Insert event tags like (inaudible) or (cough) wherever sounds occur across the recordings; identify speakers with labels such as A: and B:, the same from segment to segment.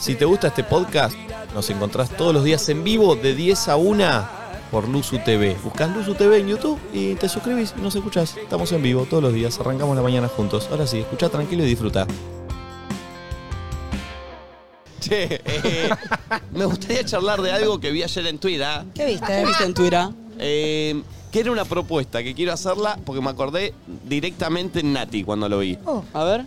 A: Si te gusta este podcast, nos encontrás todos los días en vivo de 10 a 1 por Luzu TV. Buscás Luzu TV en YouTube y te suscribís y nos escuchás. Estamos en vivo todos los días, arrancamos la mañana juntos. Ahora sí, escuchá tranquilo y disfruta. Che, eh, me gustaría charlar de algo que vi ayer en Twitter. ¿ah?
B: ¿Qué viste? Ah.
C: viste en Twitter?
A: Eh, que era una propuesta que quiero hacerla porque me acordé directamente en Nati cuando lo vi.
B: Oh.
C: A ver.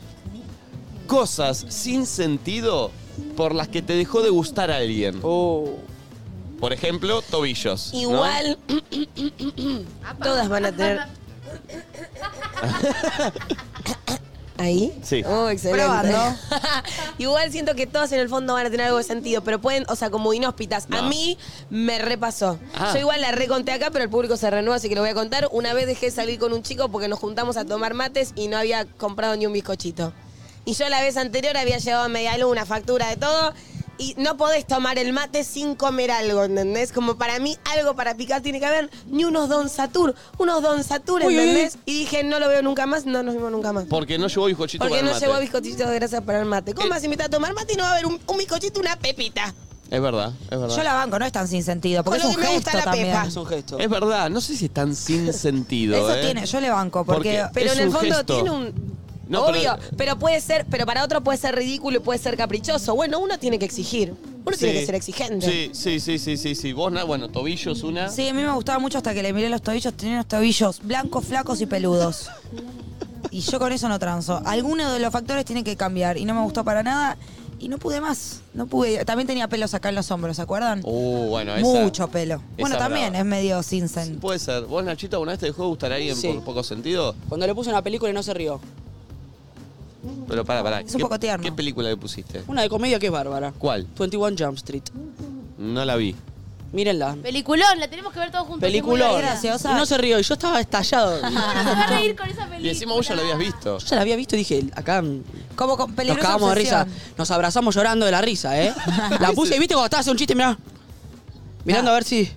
A: Cosas sin sentido por las que te dejó de gustar a alguien.
C: Oh.
A: Por ejemplo, tobillos. ¿no?
B: Igual, (clears throat) todas van a tener... (laughs)
D: (laughs)
B: ¿Ahí?
A: Sí.
B: Oh, excelente.
C: Probando.
B: (laughs) Igual siento que todas en el fondo van a tener algo de sentido, pero pueden, o sea, como inhóspitas. A
A: No.
B: mí me repasó.
A: Ah.
B: Yo igual la reconté acá, pero el público se renueva, así que lo voy a contar. Una vez dejé de salir con un chico porque nos juntamos a tomar mates y no había comprado ni un bizcochito. Y yo la vez anterior había llevado a media luna, factura de todo. Y no podés tomar el mate sin comer algo, ¿entendés? Como para mí, algo para picar tiene que haber ni unos Don Satur, unos Don Satur,
C: Uy, uy, uy.
B: ¿entendés? Y dije, no lo veo nunca más, no nos vimos nunca más.
A: Porque no llevó bizcochito
B: Porque
A: para el
B: no
A: mate.
B: llevó bizcochitos de grasa para el mate. ¿Cómo
A: Eh.
B: vas a invitar a tomar mate y no va a haber un, un bizcochito, una pepita?
A: Es verdad, es verdad.
D: Yo la banco, no es tan sin sentido, porque
B: Con
D: es
B: lo
D: un
B: que me
D: gesto
B: gusta la
D: también.
B: pepa.
C: Es un gesto.
A: Es verdad, no sé si es
B: (laughs)
A: tan sin sentido.
D: Eso
A: ¿eh?
D: tiene, yo le banco,
A: Porque-
D: porque...
B: Pero
A: Es
B: en el
A: un
B: fondo
A: gesto.
B: tiene un.
A: No,
B: Obvio,
A: pero-
B: pero... puede ser, pero para otro puede ser ridículo y puede ser caprichoso. Bueno, uno tiene que exigir. Uno tiene
A: Sí.
B: que ser exigente.
A: Sí, sí, sí, sí, sí, sí. Vos, na- bueno, tobillos una.
D: Sí, a mí me gustaba mucho hasta que le miré los tobillos, tenía unos tobillos blancos, flacos y peludos. Y yo con eso no transo. Alguno de los factores tiene que cambiar y no me gustó para nada y no pude más. No pude. También tenía pelos acá en los hombros, ¿se acuerdan?
A: Uh, bueno, esa.
D: Mucho pelo. Bueno,
A: esa
D: también
A: brava.
D: es medio sin sentido.
A: Puede ser. ¿Vos, Nachito, alguna vez te dejó de gustar a alguien
C: Sí.
A: por poco sentido?
C: Cuando le puse una película y no se rió.
A: Pero pará, pará.
D: Es un poco tierno.
A: ¿Qué película le pusiste?
C: Una de comedia que es bárbara.
A: ¿Cuál?
C: 21 Jump Street.
A: No la vi.
C: Mírenla.
E: Peliculón, la tenemos que ver todos juntos.
C: Peliculón.
E: qué buena idea.
D: graciosa.
C: Y
E: (laughs)
C: no se rió. Y yo
D: (laughs)
C: estaba estallado. Yo
E: Uno se va a reír con esa película.
A: Y encima vos ya la habías visto.
C: ya la había visto y dije, acá mm,
D: Como con
C: nos
D: peligrosa
C: cagamos de risa.
D: obsesión.
C: Nos abrazamos llorando de la
D: (laughs)
C: risa, ¿eh? La puse y viste cuando estaba haciendo un chiste, mirá. Mirando a ver si...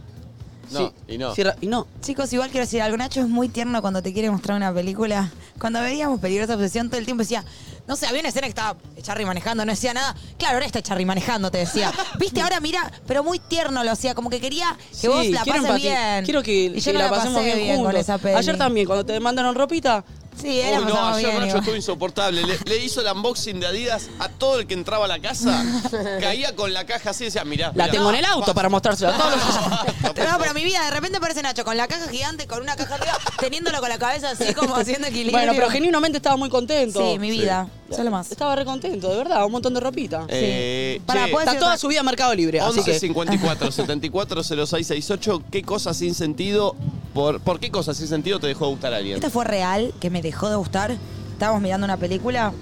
A: No,
C: si-
A: y no.
C: si ra- y no.
D: Chicos, igual quiero decir algo. Nacho es muy tierno cuando te quiere mostrar una película. Cuando veíamos Peligrosa Obsesión, todo el tiempo decía, no sé, había una escena que estaba Charry manejando, no decía nada. Claro, ahora está Charry manejando, te
C: (laughs)
D: decía. Viste, ahora mira, pero muy tierno lo hacía, como que quería que
C: Sí,
D: vos la
C: quiero
D: pases
C: empati-
D: bien. (laughs)
C: Quiero que,
D: y yo
C: que
D: no
C: la
D: la
C: pasemos
D: pasé
C: bien,
D: bien,
C: juntos.
D: con esa peli.
C: Ayer también, cuando te mandaron ropita,
D: Sí,
A: Uy,
D: era
A: no,
D: pasamos
A: ayer
D: bien.
A: Nacho
D: igual.
A: estuvo insoportable. Le, le hizo el unboxing de Adidas a todo el que entraba a la casa.
D: (laughs)
A: Caía con la caja así y decía, mirá.
C: la
A: mirá.
C: tengo en el auto para
A: (laughs)
C: mostrársela. a todos los-
D: No, pero mi vida, de repente aparece Nacho con la caja gigante, con una caja arriba, teniéndolo con la cabeza así como haciendo equilibrio.
C: Bueno, pero genuinamente estaba muy contento.
D: Sí, mi vida. Solo más.
C: Estaba re contento, de verdad, un montón de ropita.
A: Eh,
D: Pará,
A: che,
D: ¿puedo
C: Está
D: decir
C: toda
D: otra-
C: su vida en Mercado Libre, así
A: 11
C: que... (laughs)
A: 54 74 0668 ¿Qué cosa sin sentido? ¿Por, por qué cosa sin sentido te dejó de gustar a alguien?
D: Esta fue real, que me dejó de gustar. Estábamos mirando una película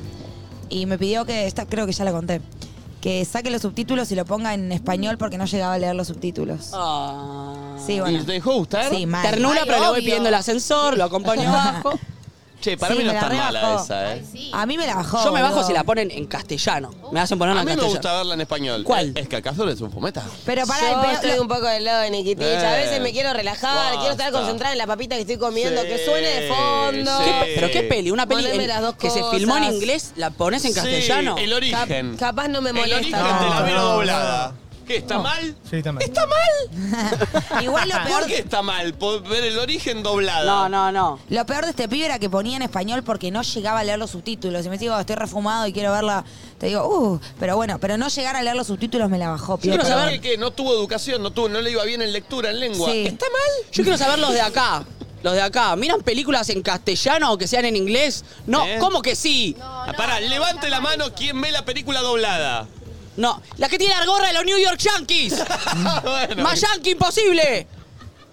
D: y me pidió que, esta creo que ya la conté, que saque los subtítulos y lo ponga en español porque no llegaba a leer los subtítulos.
C: Ah.
D: Sí,
A: ¿Y
D: bueno.
A: te dejó de gustar?
D: Sí, mal.
C: Ternura,
E: Ay,
C: pero le voy
E: obvio.
C: pidiendo el ascor, lo
D: (laughs)
C: acompaño abajo.
A: Che, Eh, para
D: Sí,
A: mí no
D: me la
A: está mala
D: rebajó.
A: esa, ¿eh?
E: Sí.
D: A mí me la bajó.
C: Yo me bajo
D: boludo.
C: si la ponen en castellano. Me hacen ponerla
A: A
C: en
A: mí me
C: castellano.
A: gusta verla en español.
C: ¿Cuál?
A: Es que acaso es un fumeta.
D: Pero para
B: Yo
D: el peor-
B: estoy
D: lo-
B: un poco del lado de Nikitich.
A: Eh,
B: a veces me quiero relajar, quiero estar
A: basta.
B: concentrada en la papita que estoy comiendo,
A: Sí,
B: que suene de fondo.
A: sí.
C: ¿Qué pe- pero qué peli, una peli
B: Poneme
C: en-
B: las dos
C: que se filmó en
B: cosas.
C: inglés, la pones en castellano.
A: Sí, el
B: Cap-
A: origen.
B: capaz no me
A: el
B: molesta. Ah.
A: origen
B: tanto.
A: te la veo
D: No,
A: doblada. ¿Qué, está mal?
F: Sí, también.
D: igual lo peor,
A: ¿Por qué está mal po- ver el origen doblada?
C: No, no, no.
D: lo peor de este pibe era que ponía en español porque no llegaba a leer los subtítulos. Y me digo, estoy refumado y quiero verla. Te digo, uh, pero bueno, pero no llegar a leer los subtítulos me la bajó.
A: Yo
D: pido
A: quiero
D: perdón.
A: saber que no tuvo educación, no tuvo, no le iba bien en lectura, en lengua.
D: Sí.
A: ¿Está mal?
C: Yo quiero saber los de acá. Los de acá, ¿miran películas en castellano o que sean en inglés? No,
A: ¿Eh?
C: ¿cómo que sí? No.
E: No, no,
A: Ah, Pará,
E: no,
A: levante
E: está
A: la
E: mal
A: mano
E: eso.
A: quien ve la película doblada.
C: la que tiene la gorra de los New York Yankees.
A: (laughs) Bueno.
C: Más yankee imposible.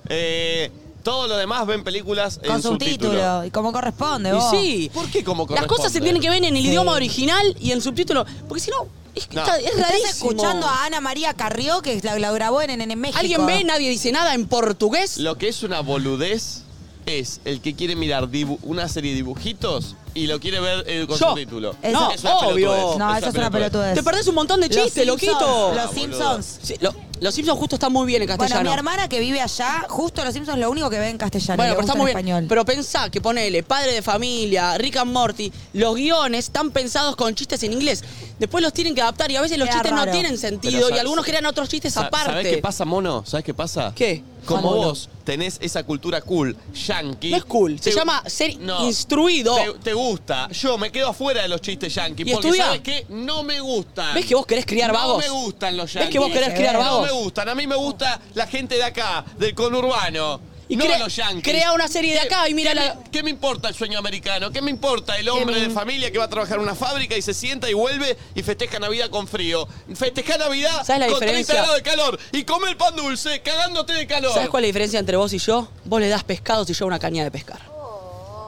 A: Eh, todo lo demás ven películas
D: Con
A: en subtítulo.
D: subtítulo. Y como corresponde,
C: Y
D: vos.
C: sí.
A: ¿Por qué como
C: Las
A: corresponde?
C: cosas se tienen que ver en el
D: Sí.
C: idioma original y en subtítulo. Porque si no, es, que
A: No.
C: está- es rarísimo.
D: Estás escuchando a Ana María Carrió, que la, la grabó en, en, en México.
C: Alguien ve, nadie dice nada en portugués.
A: Lo que es una boludez es el que quiere mirar dibu- una serie de dibujitos y lo quiere ver eh, con
C: Yo.
A: subtítulo.
D: Eso- No,
A: una
C: obvio.
A: pelotudez,
D: No, eso es una pelotudez.
C: Te perdés un montón de
D: Los
C: chistes,
D: Simpsons,
C: loquito.
D: Los
A: Ah, boludo.
D: Simpsons.
C: Sí, lo- Los Simpsons justo están muy bien en
D: Bueno,
C: castellano.
D: mi hermana que vive allá, justo Los Simpsons lo único que ve en castellano.
C: Bueno,
D: le
C: pero
D: gusta
C: está muy
D: el
C: bien.
D: español.
C: Pero pensá que ponele padre de familia, Rick and Morty, los guiones están pensados con chistes en inglés. Después los tienen que adaptar y a veces los
D: Queda
C: chistes no
D: raro.
C: tienen
A: Pero
C: sentido y
A: sabes-
C: algunos crean otros chistes
A: Sa-
C: aparte.
A: ¿Sabés qué pasa, mono? ¿Sabés qué pasa?
C: ¿Qué?
A: Como
C: Mono.
A: vos tenés esa cultura cool, yankee.
C: No es cool, se llama ser instruido.
A: Te, te gusta. Yo me quedo afuera de los chistes yankee
C: ¿Y
A: porque
C: estudia?
A: ¿sabes qué? No me gustan.
C: ¿Ves que vos querés criar vagos?
A: No me gustan los
C: ¿Ves
A: yankees.
C: que vos querés criar vagos?
A: No me gustan. A mí me gusta la gente de acá, del conurbano.
C: Y
A: no
C: crea-
A: los yankees.
C: crea una serie de
A: ¿Qué-
C: acá y mira
A: qué
C: la- Em,
A: me- ¿Qué me importa el sueño americano? ¿Qué me importa el hombre
D: me-
A: de familia que va a trabajar en una fábrica y se sienta y vuelve y festeja Navidad con frío? Festeja Navidad
C: ¿Sabes la
A: con
C: diferencia?
A: 30 grados de calor y come el pan dulce cagándote de calor.
C: ¿Sabés cuál es la diferencia entre vos y yo? Vos le das pescados y yo una caña de pescar.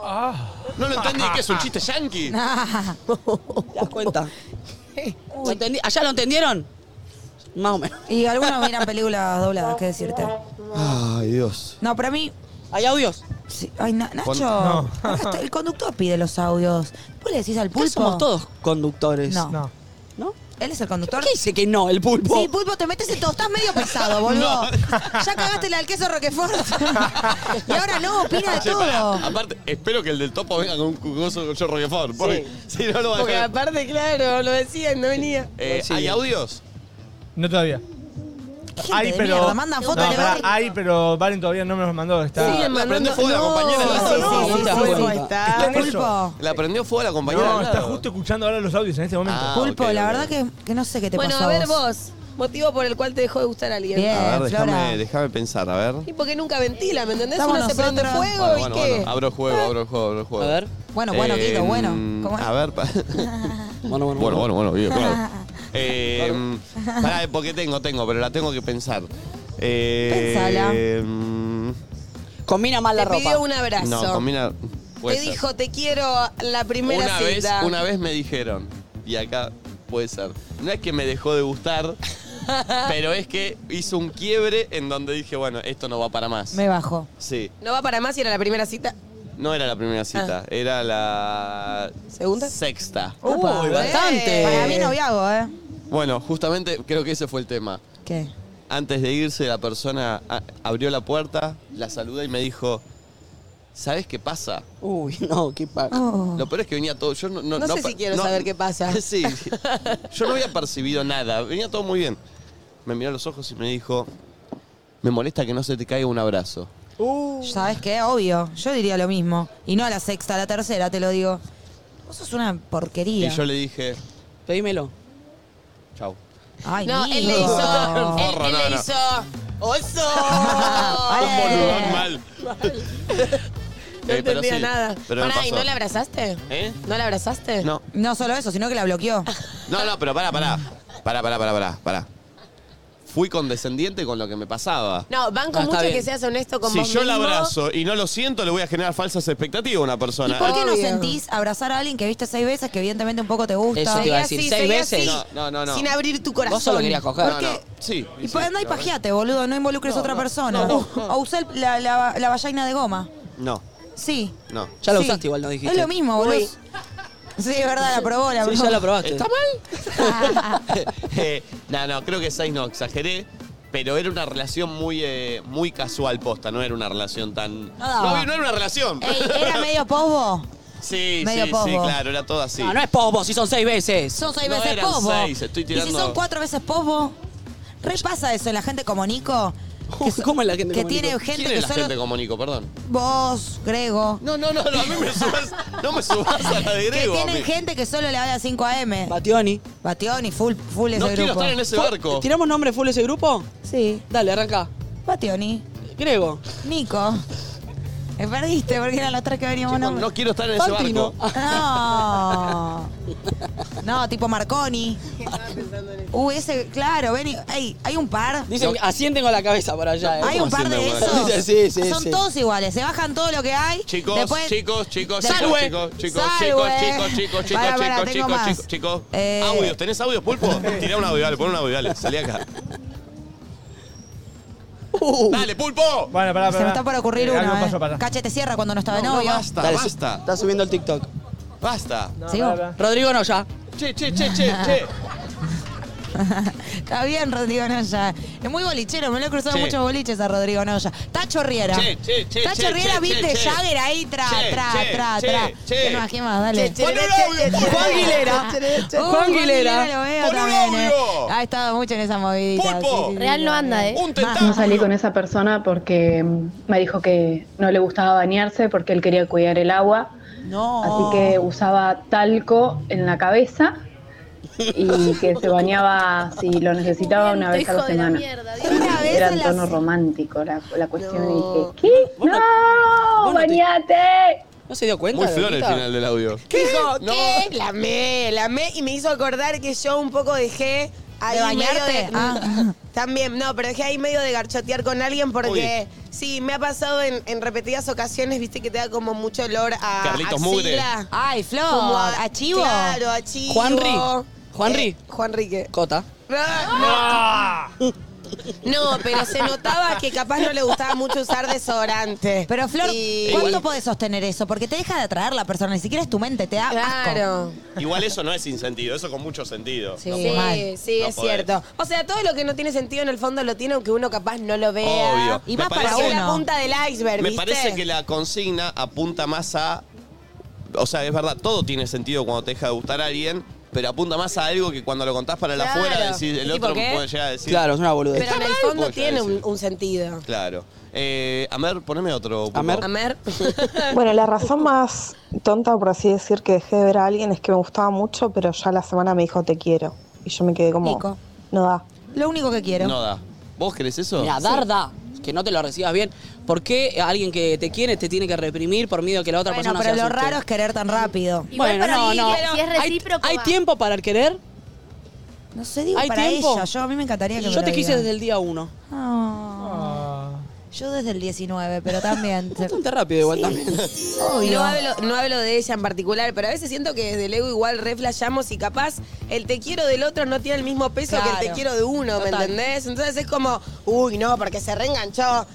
A: Ah. ¿No lo entendí? ¿Qué es un
D: (laughs)
A: chiste yankee?
D: Ah.
C: ¿Te das cuenta? ¿Lo entendí? ¿Allá lo entendieron? Más o menos.
D: Y algunos miran películas dobladas, qué decirte.
G: Ay, Dios.
D: No, para mí.
C: ¿Hay audios?
D: sí. Ay, Na- Nacho.
G: No.
D: acá está- el conductor pide los audios. ¿Vos le decís al
C: Acá
D: pulpo?
C: somos todos conductores.
D: No.
H: No.
C: ¿No?
D: ¿Él es el conductor?
C: ¿Por qué dice que no el pulpo?
D: Sí, pulpo, te metes en todo. Estás medio
C: (laughs)
D: pesado, boludo. Ya cagaste la del queso Roquefort. y ahora no, opina de
A: Che, pará.
D: todo.
A: Aparte, espero que el del topo venga con un jugoso con John Roquefort. Porque si (laughs) no lo va a
B: Porque
A: dejar.
B: aparte, claro, lo decían, no venía.
A: Eh, ¿Hay audios?
H: No todavía.
D: Qué gente
H: Hay,
D: de
H: pero.
D: mierda, mandan
H: No,
D: fotos de
H: pará,
D: Barbie.
H: Hay, pero Valen todavía no me los mandó. Está.
B: Siguen
A: la prende
B: mandando.
A: fuego la compañera
B: No,
A: de
D: Sí, sí, sí,
B: no, no,
D: sí,
B: está
D: sí.
B: bueno,
D: Sí.
B: está.
H: Está en eso.
D: Pulpo.
A: ¿La prendió fuego la compañera?
H: No,
A: al
H: está
A: lado?
H: justo escuchando ahora los audios en este momento.
A: Ah,
D: Pulpo,
A: ok,
D: la
A: ok.
D: verdad que, que no sé qué te
B: Bueno,
D: pasó
B: a ver
D: vos.
B: vos, motivo por el cual te dejó de gustar a alguien.
D: Bien.
A: A
D: Eh,
A: ver,
D: Flora.
A: déjame déjame pensar, a ver.
B: Y porque nunca ventila, ¿me entendés?
D: Estamos
B: Uno se prende
D: nosotras.
B: fuego
A: Bueno,
B: y
A: bueno,
B: qué.
A: bueno. Ah, Abro juego, abro juego, abro juego.
C: A ver.
D: Bueno, bueno,
A: Eh,
D: Guido, bueno.
A: mm,
D: ¿Cómo es?
A: A
D: (laughs)
A: ver, pa-
C: Bueno, bueno,
A: bueno, bueno, bueno, Guido, claro. Eh,
B: (laughs)
A: mm, pará, eh, porque tengo, tengo, pero la tengo que pensar. Eh,
D: Pensala.
A: mm,
C: Combina mal la
B: Te
C: ropa.
B: pidió un abrazo.
A: No, combina. puede
B: te
A: ser.
B: dijo, te quiero la primera
A: Una vez,
B: cita. (laughs)
A: una vez me dijeron, y acá puede ser, no es que me dejó
B: (laughs)
A: de gustar, pero es que hizo un quiebre en donde dije, bueno, esto no va para más.
D: Me bajo.
A: Sí,
B: No va para más y era la primera cita.
A: no era la primera cita, era la
B: Ah. ¿Segunda? Uh.
A: sexta.
D: Uy,
C: Uy, bastante.
D: Para mí no viago, ¿eh?
A: Bueno, justamente creo que ese fue el tema.
D: ¿Qué?
A: Antes de irse, la persona a- abrió la puerta, la saludé y me dijo, ¿sabes qué pasa?
C: Uy, no, qué paga.
D: Oh.
A: Lo peor es que venía todo. Yo no, no,
B: No sé si quiero saber qué
C: (laughs)
B: pasa.
A: Sí. (laughs) Yo no había percibido nada. Venía todo muy bien. Me miró a los ojos y me dijo: Me molesta que no se te caiga un abrazo.
D: ¿Sabes qué? Obvio. Yo diría lo mismo. Y no a la sexta, a la tercera, te lo digo. Vos sos una porquería.
A: Y yo le dije:
C: Pedímelo.
A: Chau.
D: Ay,
B: no, él
D: Nico.
B: le hizo.
A: (laughs) No.
B: Él, él
A: No,
B: le
A: no.
B: hizo. ¡Oso! Eh.
D: Ay.
A: Un
B: (laughs)
A: boludón mal.
B: no
A: Eh, pero
B: entendía
A: sí,
B: nada.
A: pero me
B: Pará, ¿y
A: pasó.
B: no la abrazaste?
A: ¿Eh?
B: ¿No la abrazaste?
A: No,
D: No solo eso, sino que la bloqueó.
A: no, no, pero pará, pará. Pará, pará, pará, pará. pará. Fui condescendiente con lo que me pasaba.
B: (laughs) No, banco
C: Ah, está
B: mucho
C: bien.
B: que seas honesto con
A: si
B: vos
A: yo la
B: mismo.
A: abrazo y no lo siento, le voy a generar falsas expectativas a una
D: ¿Y
A: persona.
D: por qué no
B: Obvio.
D: sentís abrazar a alguien que viste seis veces, que evidentemente un poco te gusta?
C: Eso te iba a decir,
B: Seguí así,
C: seis
B: seguí
C: veces.
B: así.
A: No, no, no, no.
B: Sin abrir tu corazón.
C: Vos solo querías coger.
A: No, no. Sí.
D: Y
A: sí,
D: pues andá y
A: la verdad.
D: pajeate, boludo, no involucres a otra persona.
A: no,
D: O- O usá el- la, la, la vallaina de goma.
A: No,
D: Sí.
A: no.
C: Ya lo
D: Sí.
C: usaste igual, no dijiste.
D: Es lo mismo, boludo.
B: Uy.
D: Sí, es verdad, la probó, la
C: Sí,
D: probó.
C: ya lo probaste.
A: ¿Está (laughs) Eh, no, no, creo que 6 no, exageré. Pero era una relación muy, eh, muy casual posta, no era una relación tan. No,
D: daba.
A: no era una relación.
D: Ey, ¿Era medio posbo?
A: sí,
D: (laughs) medio
A: sí, sí,
D: poco.
A: claro, era todo así.
C: No, no es posbo, si son seis veces.
D: Son seis
A: No
D: veces
A: eran
D: posbo.
A: seis, estoy
D: Y si
A: tirando-
D: son cuatro veces posbo, repasa eso en la gente como Nico.
C: Uy, (laughs) ¿Cómo es la gente
D: Que
C: como Nico?
D: tiene
A: ¿Quién
D: gente
A: es
D: que
A: la
D: solo.
A: gente como Nico, perdón?
D: Vos, Grego.
A: No, no, no, no, a mí me subas, no me subas a la de
D: Que
A: Grego. a
D: tienen
A: mí.
D: gente que solo le habla 5 AM.
C: Bationi.
D: Batión y full, full ese
A: no quiero
D: grupo.
A: estar en ese barco.
C: ¿Tiramos nombre full ese grupo?
D: Sí.
C: Dale, arranca.
D: Bationi.
C: Grego.
D: Nico. Me perdiste porque eran los tres que veníamos.
A: No,
D: no,
A: no quiero estar en ese
C: Fantino.
A: barco.
D: no. No, tipo Marconi. Uh, ese, claro, ven y- ey, hay un par.
C: Dicen, que asienten con la cabeza por allá. ¿eh?
D: Hay un par de
A: haciendo igual?
D: esos.
C: Sí, sí,
D: Son
C: sí.
D: todos iguales, se bajan todo lo que hay.
A: Chicos,
D: después-
A: chicos, chicos,
D: Salve.
A: chicos, chicos, chicos,
D: Salve.
A: chicos, chicos, chicos,
D: Pará, pará,
A: chicos,
D: tengo
A: chicos,
D: más.
A: chicos, chicos.
D: Eh.
A: Audios, ¿tenés audios, pulpo?
D: (laughs)
A: Tirá un audio, dale, pon un audio, dale, salí acá.
C: Uh,
A: ¡Dale, pulpo!
H: Bueno, pará, pará.
D: Se me está por ocurrir
H: Eh, algo
D: una.
H: pasó, pará.
D: eh. Cache te cierra cuando no está de
A: No,
D: novio.
A: basta,
C: dale,
A: basta,
C: Está subiendo el TikTok.
A: basta.
H: No,
D: ¿Sigo?
H: pará, pará.
C: Rodrigo no ya.
A: Che, che, che, che, che.
D: (laughs) Está bien, Rodrigo Noya. Es muy bolichero, me lo he cruzado
A: Che.
D: muchos boliches a Rodrigo Noya. Tacho Riera.
A: Che, che, che,
D: Tacho
A: che,
D: Riera,
A: che,
D: beat
A: che,
D: de
A: che.
D: Jagger ahí, tra,
A: Che,
D: tra,
A: che,
D: tra,
A: che,
D: tra.
A: che.
D: ¿Qué más, qué más? Dale.
A: Pon un audio, pon-
D: Juan Aguilera. Uh, Juan Aguilera lo veo
A: Pon un
D: también, eh.
A: audio.
D: Ha estado mucho en esa movidita.
A: Pulpo.
E: Real no anda, ¿eh?
A: Un
I: No
A: tentazo.
I: salí con esa persona porque mm, me dijo que no le gustaba bañarse porque él quería cuidar el agua.
C: No.
I: Así que usaba talco en la cabeza y que se bañaba si lo necesitaba una vez a la
E: Hijo de la
I: semana.
E: mierda, Dios.
D: Una vez
I: Era
D: a
I: en
D: la
I: tono romántico la, la cuestión
B: No.
I: y dije, ¿qué?
C: Vos no-
I: ¡No!
C: vos no te-
I: ¡Bañate!
C: ¿No se dio cuenta?
A: Muy flor el
C: Lolita?
A: final del audio.
B: Dijo,
A: No.
B: ¿qué? La amé, la amé y me hizo acordar que yo un poco dejé ahí
D: ¿De
B: medio
D: bañarte?
B: de-
D: Ah.
B: (laughs) También, no, pero dejé ahí medio de garchotear con alguien porque sí, me ha pasado en, en repetidas ocasiones, viste que te da como mucho olor a
A: Carlitos
B: axila,
A: Mugre.
D: Ay, Flo,
B: como
D: a, Chivo.
B: Claro, a Chivo.
C: Juanri. Juanri. ¡Ah!
B: Eh, Juanri, ¿qué?
C: Cota.
B: No. No, pero se notaba que capaz no le gustaba mucho usar desodorante.
D: Pero Flor,
B: Y-
D: ¿cuánto podés sostener eso? Porque te deja de atraer la persona, ni siquiera es tu mente, te da asco.
B: Claro.
A: Igual eso no es sin sentido, eso con mucho sentido.
D: Sí.
A: No
B: Sí,
D: mal.
B: sí,
A: No
B: es
A: podés.
B: cierto. O sea, todo lo que no tiene sentido en el fondo lo tiene, aunque uno capaz no lo vea.
A: Obvio.
D: Y
A: Me
D: más para
A: parece-
B: Porque es la
D: uno.
B: punta del iceberg,
A: Me
B: ¿viste?
A: parece que la consigna apunta más a. O sea, es verdad, todo tiene sentido cuando te deja de gustar a alguien, pero apunta más a algo que cuando lo contás para la
B: Claro.
A: afuera, decís, el
B: ¿Y
A: otro
B: por qué?
A: puede llegar a decir.
C: Claro, es una boludez.
B: Pero en el
A: mal,
B: fondo
A: puedo
B: tiene
A: llegar a
B: un,
A: decir.
B: un sentido.
A: Claro. Eh, Amer, poneme otro. Pulpo.
C: Amer.
B: Amer.
J: (laughs) Bueno, la razón más tonta, por así decir, que dejé de ver a alguien es que me gustaba mucho, pero ya la semana me dijo te quiero. Y yo me quedé como,
D: Nico.
J: no da.
D: Lo único que quiero.
A: No da. ¿Vos querés eso?
C: Mira, dar, da. Que no te lo recibas bien. ¿Por qué alguien que te quiere te tiene que reprimir por miedo a que la otra
D: bueno,
C: persona
D: pero
C: se
D: lo
C: asuste?
D: raro es querer tan rápido.
E: Igual
C: Bueno,
E: para
C: no,
E: mí,
C: no.
E: Si es
C: ¿Hay,
E: recíproco,
C: hay
E: va.
C: tiempo para el querer?
D: No sé, digo
C: ¿Hay
D: para
C: tiempo?
D: ella. Yo a mí me encantaría que me
C: Yo
D: lo
C: te quise
D: digan.
C: desde el día uno.
D: Ah.
H: Ah.
D: Yo desde el 19,
C: (laughs)
D: pero también.
C: Bastante rápido igual también.
D: (laughs) Obvio.
B: No hablo, no hablo de ella en particular, pero a veces siento que desde el ego igual reflejamos y capaz el te quiero del otro no tiene el mismo peso que el te
D: Claro.
B: quiero de uno, ¿me
D: Total.
B: entendés? Entonces es como, uy, no, porque se reenganchó.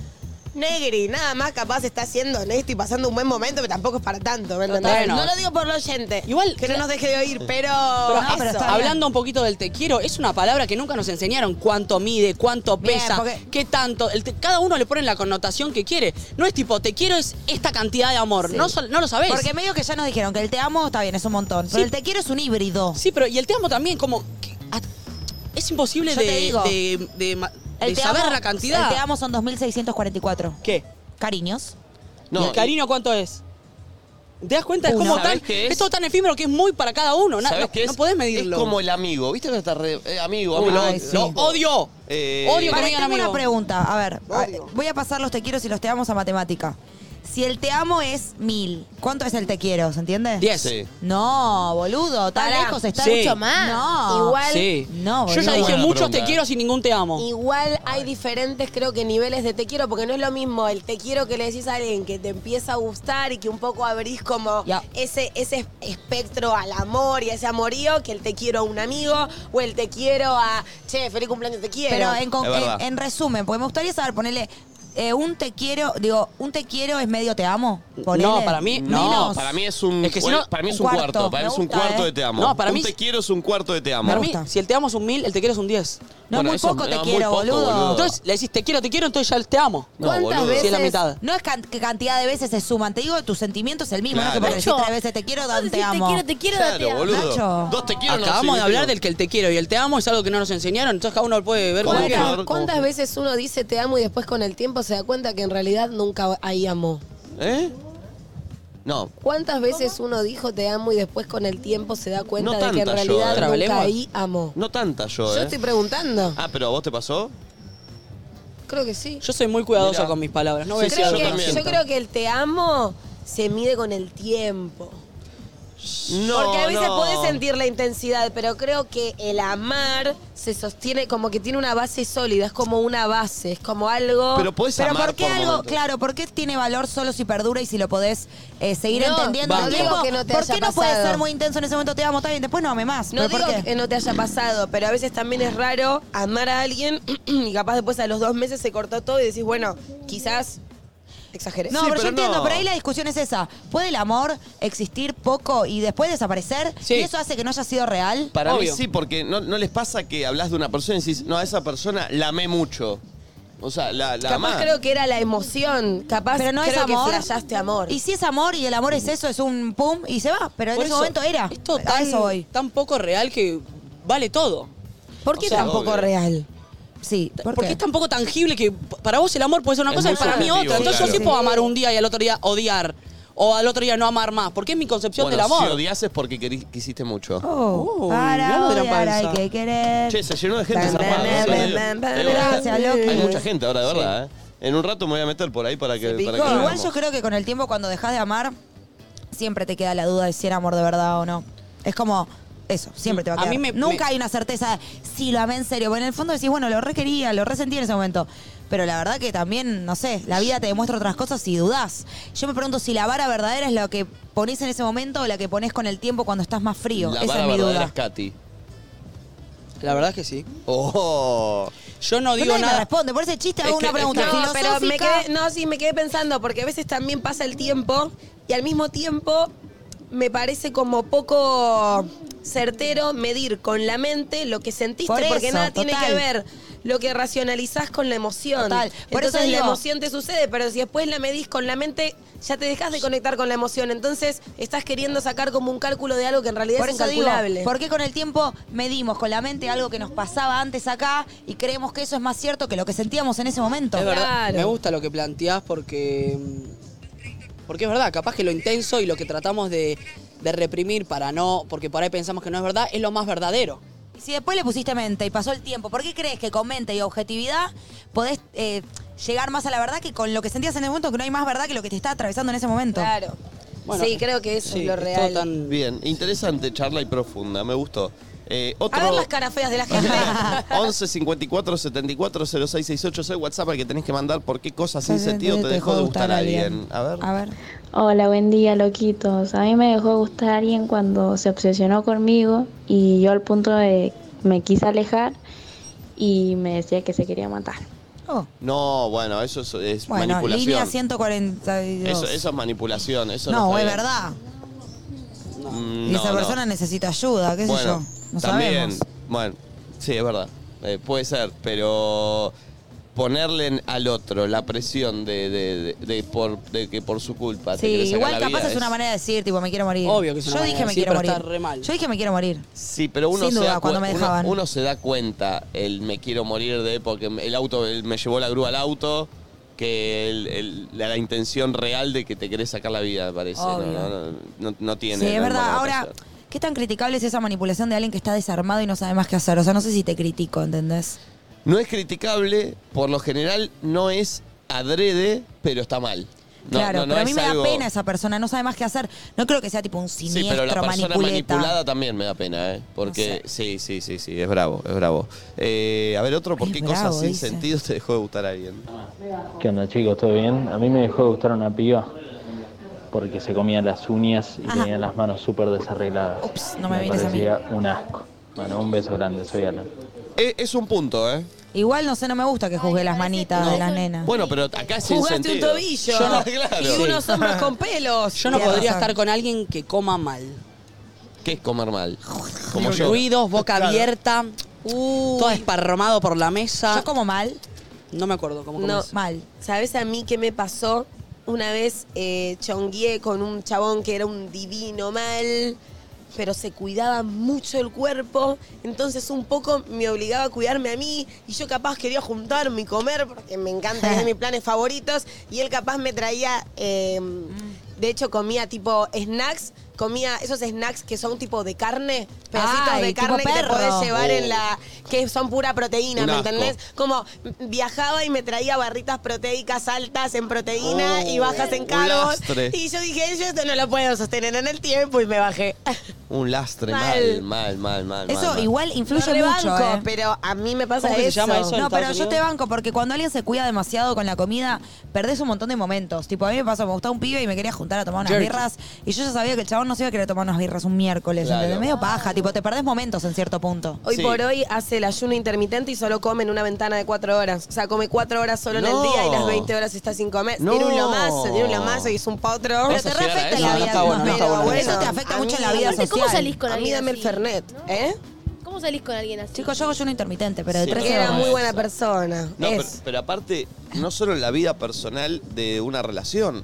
B: Negri, nada más capaz está siendo honesto y pasando un buen momento, pero tampoco es para tanto, ¿me entendés?
C: Bueno.
B: No lo digo por lo oyente.
C: Igual-
B: Que no nos deje de oír, pero.
D: ah,
C: Pero
B: eso.
C: eso, hablando un poquito del te quiero, es una palabra que nunca nos enseñaron cuánto mide, cuánto
D: Bien,
C: pesa,
D: porque-
C: qué tanto. El te- cada uno le pone la connotación que quiere. No es tipo, te quiero es esta cantidad de amor. No, sol- no lo sabés.
D: Porque medio que ya nos dijeron que el te amo está bien, es un montón. Pero
C: Sí.
D: el te quiero es un híbrido.
C: Sí, pero y el te amo también, como. que- a- es imposible
D: Yo
C: de,
D: te digo.
C: de- de ma-
D: El
C: de
D: te
C: saber
D: amo-
C: la cantidad.
D: El te amo son 2644.
C: ¿Qué?
D: Cariños.
C: ¿Y el cariño cuánto es? ¿Te das cuenta? Es
A: Uno.
C: como tan.
A: ¿Sabés qué es?
C: Es todo tan efímero que es muy para cada uno. Na-
A: ¿Sabés
C: No,
A: qué es?
C: no podés medirlo.
A: Es como el amigo. ¿Viste que está re- eh, amigo,
D: Uy,
A: amigo?
D: ay, sí.
C: Lo odio.
A: Eh,
C: Odio que
D: Para, tengo
C: me digan amigo.
D: una pregunta. A ver, a- voy a pasar los te quiero y los te amos a matemática. Si el te amo es mil, ¿cuánto es el te quiero? ¿Se entiende?
C: Diez.
A: Sí.
D: No, boludo, tan
B: Pará.
D: lejos está.
C: Sí.
D: mucho
C: Mucho
D: más.
E: más.
D: No.
B: Igual-
C: Sí.
D: No,
C: Yo ya
D: boludo.
C: dije
A: Buena
C: muchos
A: pregunta,
C: te
A: eh.
C: quiero sin ningún te amo.
B: Igual hay diferentes, creo que niveles de te quiero, porque no es lo mismo el te quiero que le decís a alguien que te empieza a gustar y que un poco abrís como
D: Ya.
B: ese, ese espectro al amor y a ese amorío, que el te quiero a un amigo o el te quiero a, che, feliz cumpleaños, te quiero.
D: Pero en, con-
A: Es verdad.
D: en- en resumen, porque me gustaría saber, ponele. eh, un te quiero, digo, un te quiero es medio te amo. Ponele.
C: No, para mí, no,
D: Menos.
A: Para mí es un,
C: Es que si
A: bueno,
C: no-
A: para mí es
D: un
A: un
D: cuarto.
A: cuarto, para mí
D: Me
A: es un
D: gusta,
A: cuarto
D: eh.
A: de te amo.
C: No, para
A: un
C: mí
A: te
C: es-
A: quiero es un cuarto de te amo.
D: Me
C: Para mí,
D: gusta.
C: si el te amo es un mil, el te quiero es un diez.
D: No,
A: Bueno,
D: muy
A: eso
D: poco
A: me
D: te
A: da muy
D: quiero,
A: poco,
D: boludo.
A: boludo.
C: Entonces le decís te quiero, te quiero, entonces ya el te amo.
A: No,
B: ¿Cuántas
A: boludo.
B: veces-
C: Si es la mitad.
D: No es can- que cantidad de veces se suman. Te digo, tus sentimientos es el mismo. No es que
A: Claro.
D: porque decís
E: Nacho,
D: tres veces te quiero,
E: vos
D: dan
E: decís,
D: te amo.
E: Te quiero, te quiero,
A: Claro,
E: te amo.
A: boludo.
D: Nacho.
A: Dos te quiero no
C: Acabamos de
A: significa-
C: hablar del que el te quiero y el te amo es algo que no nos enseñaron, entonces cada uno lo puede ver como
A: ¿Cuántas-
C: quiera.
A: Flor,
B: ¿Cuántas veces uno dice te amo y después con el tiempo se da cuenta que en realidad nunca hay amor?
A: ¿Eh? No,
B: ¿Cuántas veces uno dijo te amo y después con el tiempo se da cuenta
A: No
B: de que en
A: tantas, yo,
B: realidad
A: ¿eh?
B: nunca
C: Trabalengua.
B: hay amor?
A: no tanta yo,
B: Yo
A: ¿eh?
B: estoy preguntando.
A: Ah, pero ¿a vos te pasó?
B: Creo que sí.
C: Yo soy muy cuidadosa
A: Mirá.
C: con mis palabras, no voy a
A: Sí,
C: decir
B: creo
C: algo
A: yo
B: que-
C: que no
A: también.
B: yo
C: siento.
B: creo que el te amo se mide con el tiempo.
A: No,
B: Porque a veces
A: no.
B: puedes sentir la intensidad, pero creo que el amar se sostiene como que tiene una base sólida, es como una base, es como algo.
A: Pero podés
D: Pero
A: amar
D: ¿por qué
A: por
D: algo,
A: momentos.
D: claro, por qué tiene valor solo si perdura y si lo podés eh, seguir
B: No,
D: entendiendo?
B: no digo que no te
D: ¿Por
B: haya
D: qué no puede
B: pasado?
D: ser muy intenso en ese momento? Te amo, está bien, después no ame más.
B: no
D: ¿Pero
B: digo
D: por qué?
B: que no te haya pasado, pero a veces también es raro (clears throat) amar a alguien y capaz después a los dos meses se cortó todo y decís, bueno, quizás exageré.
D: No,
A: Sí,
D: pero, yo
A: pero
D: entiendo,
A: no.
D: pero ahí la discusión es esa. ¿Puede el amor existir poco y después desaparecer?
C: Sí.
D: ¿Y eso hace que no haya sido real?
A: Para
C: Obvio.
A: mí sí, porque no, no les pasa que hablas de una persona y decís, no, a esa persona la amé mucho. O sea, la, la
B: Capaz
A: amás.
B: creo que era la emoción. Capaz
D: Pero no es
B: creo
D: amor.
B: que flashaste amor.
D: Y si es amor y el amor es eso, es un pum y se va. Pero en
C: Por
D: ese
C: eso,
D: momento era.
C: Esto
D: A
C: tan,
D: eso voy.
C: tan poco real que vale todo.
D: ¿Por qué
A: O sea,
D: tampoco
A: obvio.
D: real? Sí, ¿por
C: Porque
D: qué?
C: es tan poco tangible que para vos el amor puede ser una
A: Es
C: cosa y
A: muy
C: para mí
A: subjetivo,
C: otra. Entonces yo
A: claro.
C: sí puedo amar un día y al otro día odiar. O al otro día no amar más. Porque es mi concepción
A: Bueno,
C: del amor.
A: si odias es porque queri- quisiste mucho.
D: Oh,
C: Oh,
D: para
C: mirá de la
D: odiar hay
C: panza.
D: que querer.
A: Che, se llenó de gente
B: Tan,
A: zarpada,
B: tan,
A: ¿eh?
B: tan,
A: Eh,
B: tan, tan,
A: eh,
D: gracias,
A: Hay
D: Loki.
A: mucha gente ahora, de verdad, ¿eh? En un rato me voy a meter por ahí para que... para que
D: Igual
A: veamos.
D: yo creo que con el tiempo cuando dejas de amar, siempre te queda la duda de si era amor de verdad o no. Es como eso, siempre te va a
C: A
D: quedar.
C: mí me-
D: Nunca
C: me-
D: hay una certeza de si lo amé en serio. Porque en el fondo decís, bueno, lo requería, lo resentí en ese momento. Pero la verdad que también, no sé, la vida te demuestra otras cosas y dudás. Yo me pregunto si la vara verdadera es la que ponés en ese momento o la que ponés con el tiempo cuando estás más frío.
A: La
D: Esa
A: vara
D: es mi
A: verdadera
D: duda.
A: es Katy.
C: La verdad es que sí.
A: ¡Oh!
C: Yo no
D: Pero
C: digo
D: nadie me
C: nada.
D: responde, por eso chiste hago
A: Es que-
D: una pregunta
B: No, pero me
D: filosófica.
B: quedé, no, sí, me quedé pensando, porque a veces también pasa el tiempo y al mismo tiempo me parece como poco certero medir con la mente lo que sentiste,
D: Por
B: porque
D: eso,
B: nada tiene
D: total.
B: que ver lo que racionalizás con la emoción.
D: Total. Por eso
B: Entonces
D: digo-
B: la emoción te sucede, pero si después la medís con la mente, ya te dejas de conectar con la emoción. Entonces estás queriendo sacar como un cálculo de algo que en realidad
D: Por
B: es
D: eso digo,
B: incalculable.
D: ¿por qué con el tiempo medimos con la mente algo que nos pasaba antes acá y creemos que eso es más cierto que lo que sentíamos en ese momento?
C: Es verdad.
B: Claro.
C: Me gusta lo que planteás porque. mm, Porque es verdad, capaz que lo intenso y lo que tratamos de, de reprimir para no. Porque por ahí pensamos que no es verdad, es lo más verdadero.
D: Y si después le pusiste mente y pasó el tiempo, ¿por qué crees que con mente y objetividad podés eh, llegar más a la verdad que con lo que sentías en ese momento, que no hay más verdad que lo que te está atravesando en ese momento?
B: Claro.
C: Bueno,
B: sí, creo que eso
C: sí,
B: es lo
C: todo
B: real.
C: tan-
A: Bien, interesante charla y profunda, me gustó. Eh,
B: A ver
A: otro
B: las caras feas de la gente.
A: 11 54 74 06 68 es el WhatsApp al que tenés que mandar por qué cosas sin sentido te dejó de gustar a alguien. A ver.
D: A ver.
J: Hola, buen día, loquitos. A mí me dejó de gustar alguien cuando se obsesionó conmigo y yo al punto de me quise alejar y me decía que se quería matar.
D: Oh,
A: No, bueno, eso es, es
D: bueno, línea
A: manipulación.
D: 142.
A: Eso, eso es manipulación, eso no,
D: no, es
A: está bien.
D: verdad.
A: Mm,
D: y esa
A: no, no.
D: persona necesita ayuda, qué sé
A: Bueno,
D: yo. No
A: también,
D: sabemos.
A: bueno, sí, es verdad. Eh, puede ser, pero ponerle en- al otro la presión de, de- de- de por, de que por su culpa te
D: Sí,
A: quiere sacar
D: igual
A: la
D: capaz
A: vida
D: es una manera de decir, tipo, me quiero morir.
C: Obvio que es una
D: Yo
C: manera
D: dije
C: de
D: me
C: decir,
D: quiero
C: pero
D: morir.
C: está re mal.
D: Yo dije me quiero morir.
A: Sí, pero uno
D: Sin
A: se
D: duda,
A: da cu-
D: cuando me
A: uno-
D: dejaban.
A: Uno, se da cuenta, el me quiero morir de porque el auto el- me llevó la grúa al auto, que el- el- la, la intención real de que te querés sacar la vida, me parece. No,
D: Obvio.
A: no, no, no- no tiene.
D: Sí, es
A: no
D: verdad.
A: manera de
D: Ahora,
A: hacer.
D: ¿qué tan criticable es esa manipulación de alguien que está desarmado y no sabe más qué hacer? O sea, no sé si te critico, ¿entendés?
A: No es criticable, por lo general no es adrede, pero está mal. No,
D: claro,
A: no, no
D: pero a mí
A: es
D: me
A: algo-
D: da pena esa persona, no sabe más qué hacer. No creo que sea tipo un
A: Sí,
D: siniestro
A: pero la persona
D: manipuleta.
A: manipulada también me da pena, ¿eh? Porque sí, sí, sí, sí, es bravo, es bravo. Eh, a ver, otro, ¿por
D: Es
A: qué
D: bravo,
A: cosas sin
D: dice.
A: sentido te dejó de gustar a alguien?
K: ¿Qué onda chicos? ¿Todo bien? A mí me dejó de gustar una piba porque se comía las uñas y
D: Ajá.
K: tenía las manos súper desarregladas.
D: Ups, no me mires a mí.
K: parecía un asco. Bueno, un beso grande, soy Alan.
A: Eh, es un punto, ¿eh?
D: Igual no sé, no me gusta que juzgue las manitas de las nenas.
A: Bueno, pero acá es sin
B: Jugaste un
A: sentido.
B: tobillo
A: Yo no, claro.
B: y unos hombros con pelos.
C: Yo no
D: Tienes
C: podría
D: razón.
C: estar con alguien que coma mal.
A: ¿Qué es comer mal? Como yo.
C: Ruidos, boca
H: Claro.
C: abierta, todo esparramado por la mesa.
D: Yo como mal,
C: No me acuerdo cómo
B: No.
C: comés.
D: mal.
B: ¿Sabes a mí qué me pasó? Una vez eh, chongueé con un chabón que era un divino mal, pero se cuidaba mucho el cuerpo, entonces un poco me obligaba a cuidarme a mí y yo capaz quería juntarme y comer porque me encanta,
D: (laughs)
B: es de mis planes favoritos y él capaz me traía, eh, de hecho comía tipo snacks, comía esos snacks que son tipo de carne, pedacitos
D: Ay,
B: de
D: tipo
B: carne que te
D: perro.
B: podés llevar
A: Oh.
B: en la, que son pura proteína,
A: Un
B: ¿me
A: asco.
B: entendés? Como viajaba y me traía barritas proteicas altas en proteína
A: Oh,
B: y bajas en
A: un
B: carbos.
A: lastre.
B: Y yo dije, yo esto no lo puedo sostener en el tiempo y me bajé.
A: Un lastre mal,
B: Mal.
A: mal, mal, mal.
D: Eso
A: mal, mal.
D: igual influye
B: Lo
D: mucho,
B: rebanco,
D: ¿eh?
B: pero a mí me pasa
C: ¿Cómo que
B: eso.
C: se llama eso? en
D: No, pero
C: Estados
D: yo te
C: Unidos?
D: banco porque cuando alguien se cuida demasiado con la comida, perdés un montón de momentos. Tipo, a mí me pasó, me gustaba un pibe y me quería juntar a tomar unas
C: Jerky.
D: birras y yo ya sabía que el chabón no se iba a querer tomar unas birras un miércoles,
A: Claro.
D: ¿entendés? Medio paja, tipo, te perdés momentos en cierto punto.
B: Hoy
A: Sí.
B: por hoy, hace del ayuno intermitente y solo come en una ventana de cuatro horas. O sea, come cuatro horas solo en
A: No.
B: el día y las 20 horas está sin comer.
A: No.
B: Tiene un lomazo, tiene un lomazo y es un potro.
A: ¿Vas a llegar a eso? No, no está bueno, no está
B: pero
A: bueno.
B: bueno,
A: Eso te
D: afecta
B: a
D: mucho en la
B: mí-
D: vida
B: Aparte,
D: social.
B: A mí dame el Fernet, ¿eh?
E: ¿Cómo salís con alguien así?
D: Chicos, yo hago ayuno intermitente, pero de
A: Sí,
D: tres
A: pero
D: horas.
A: no es-
B: Buena persona.
A: No,
B: es.
A: pero, pero aparte, no solo en la vida personal de una relación.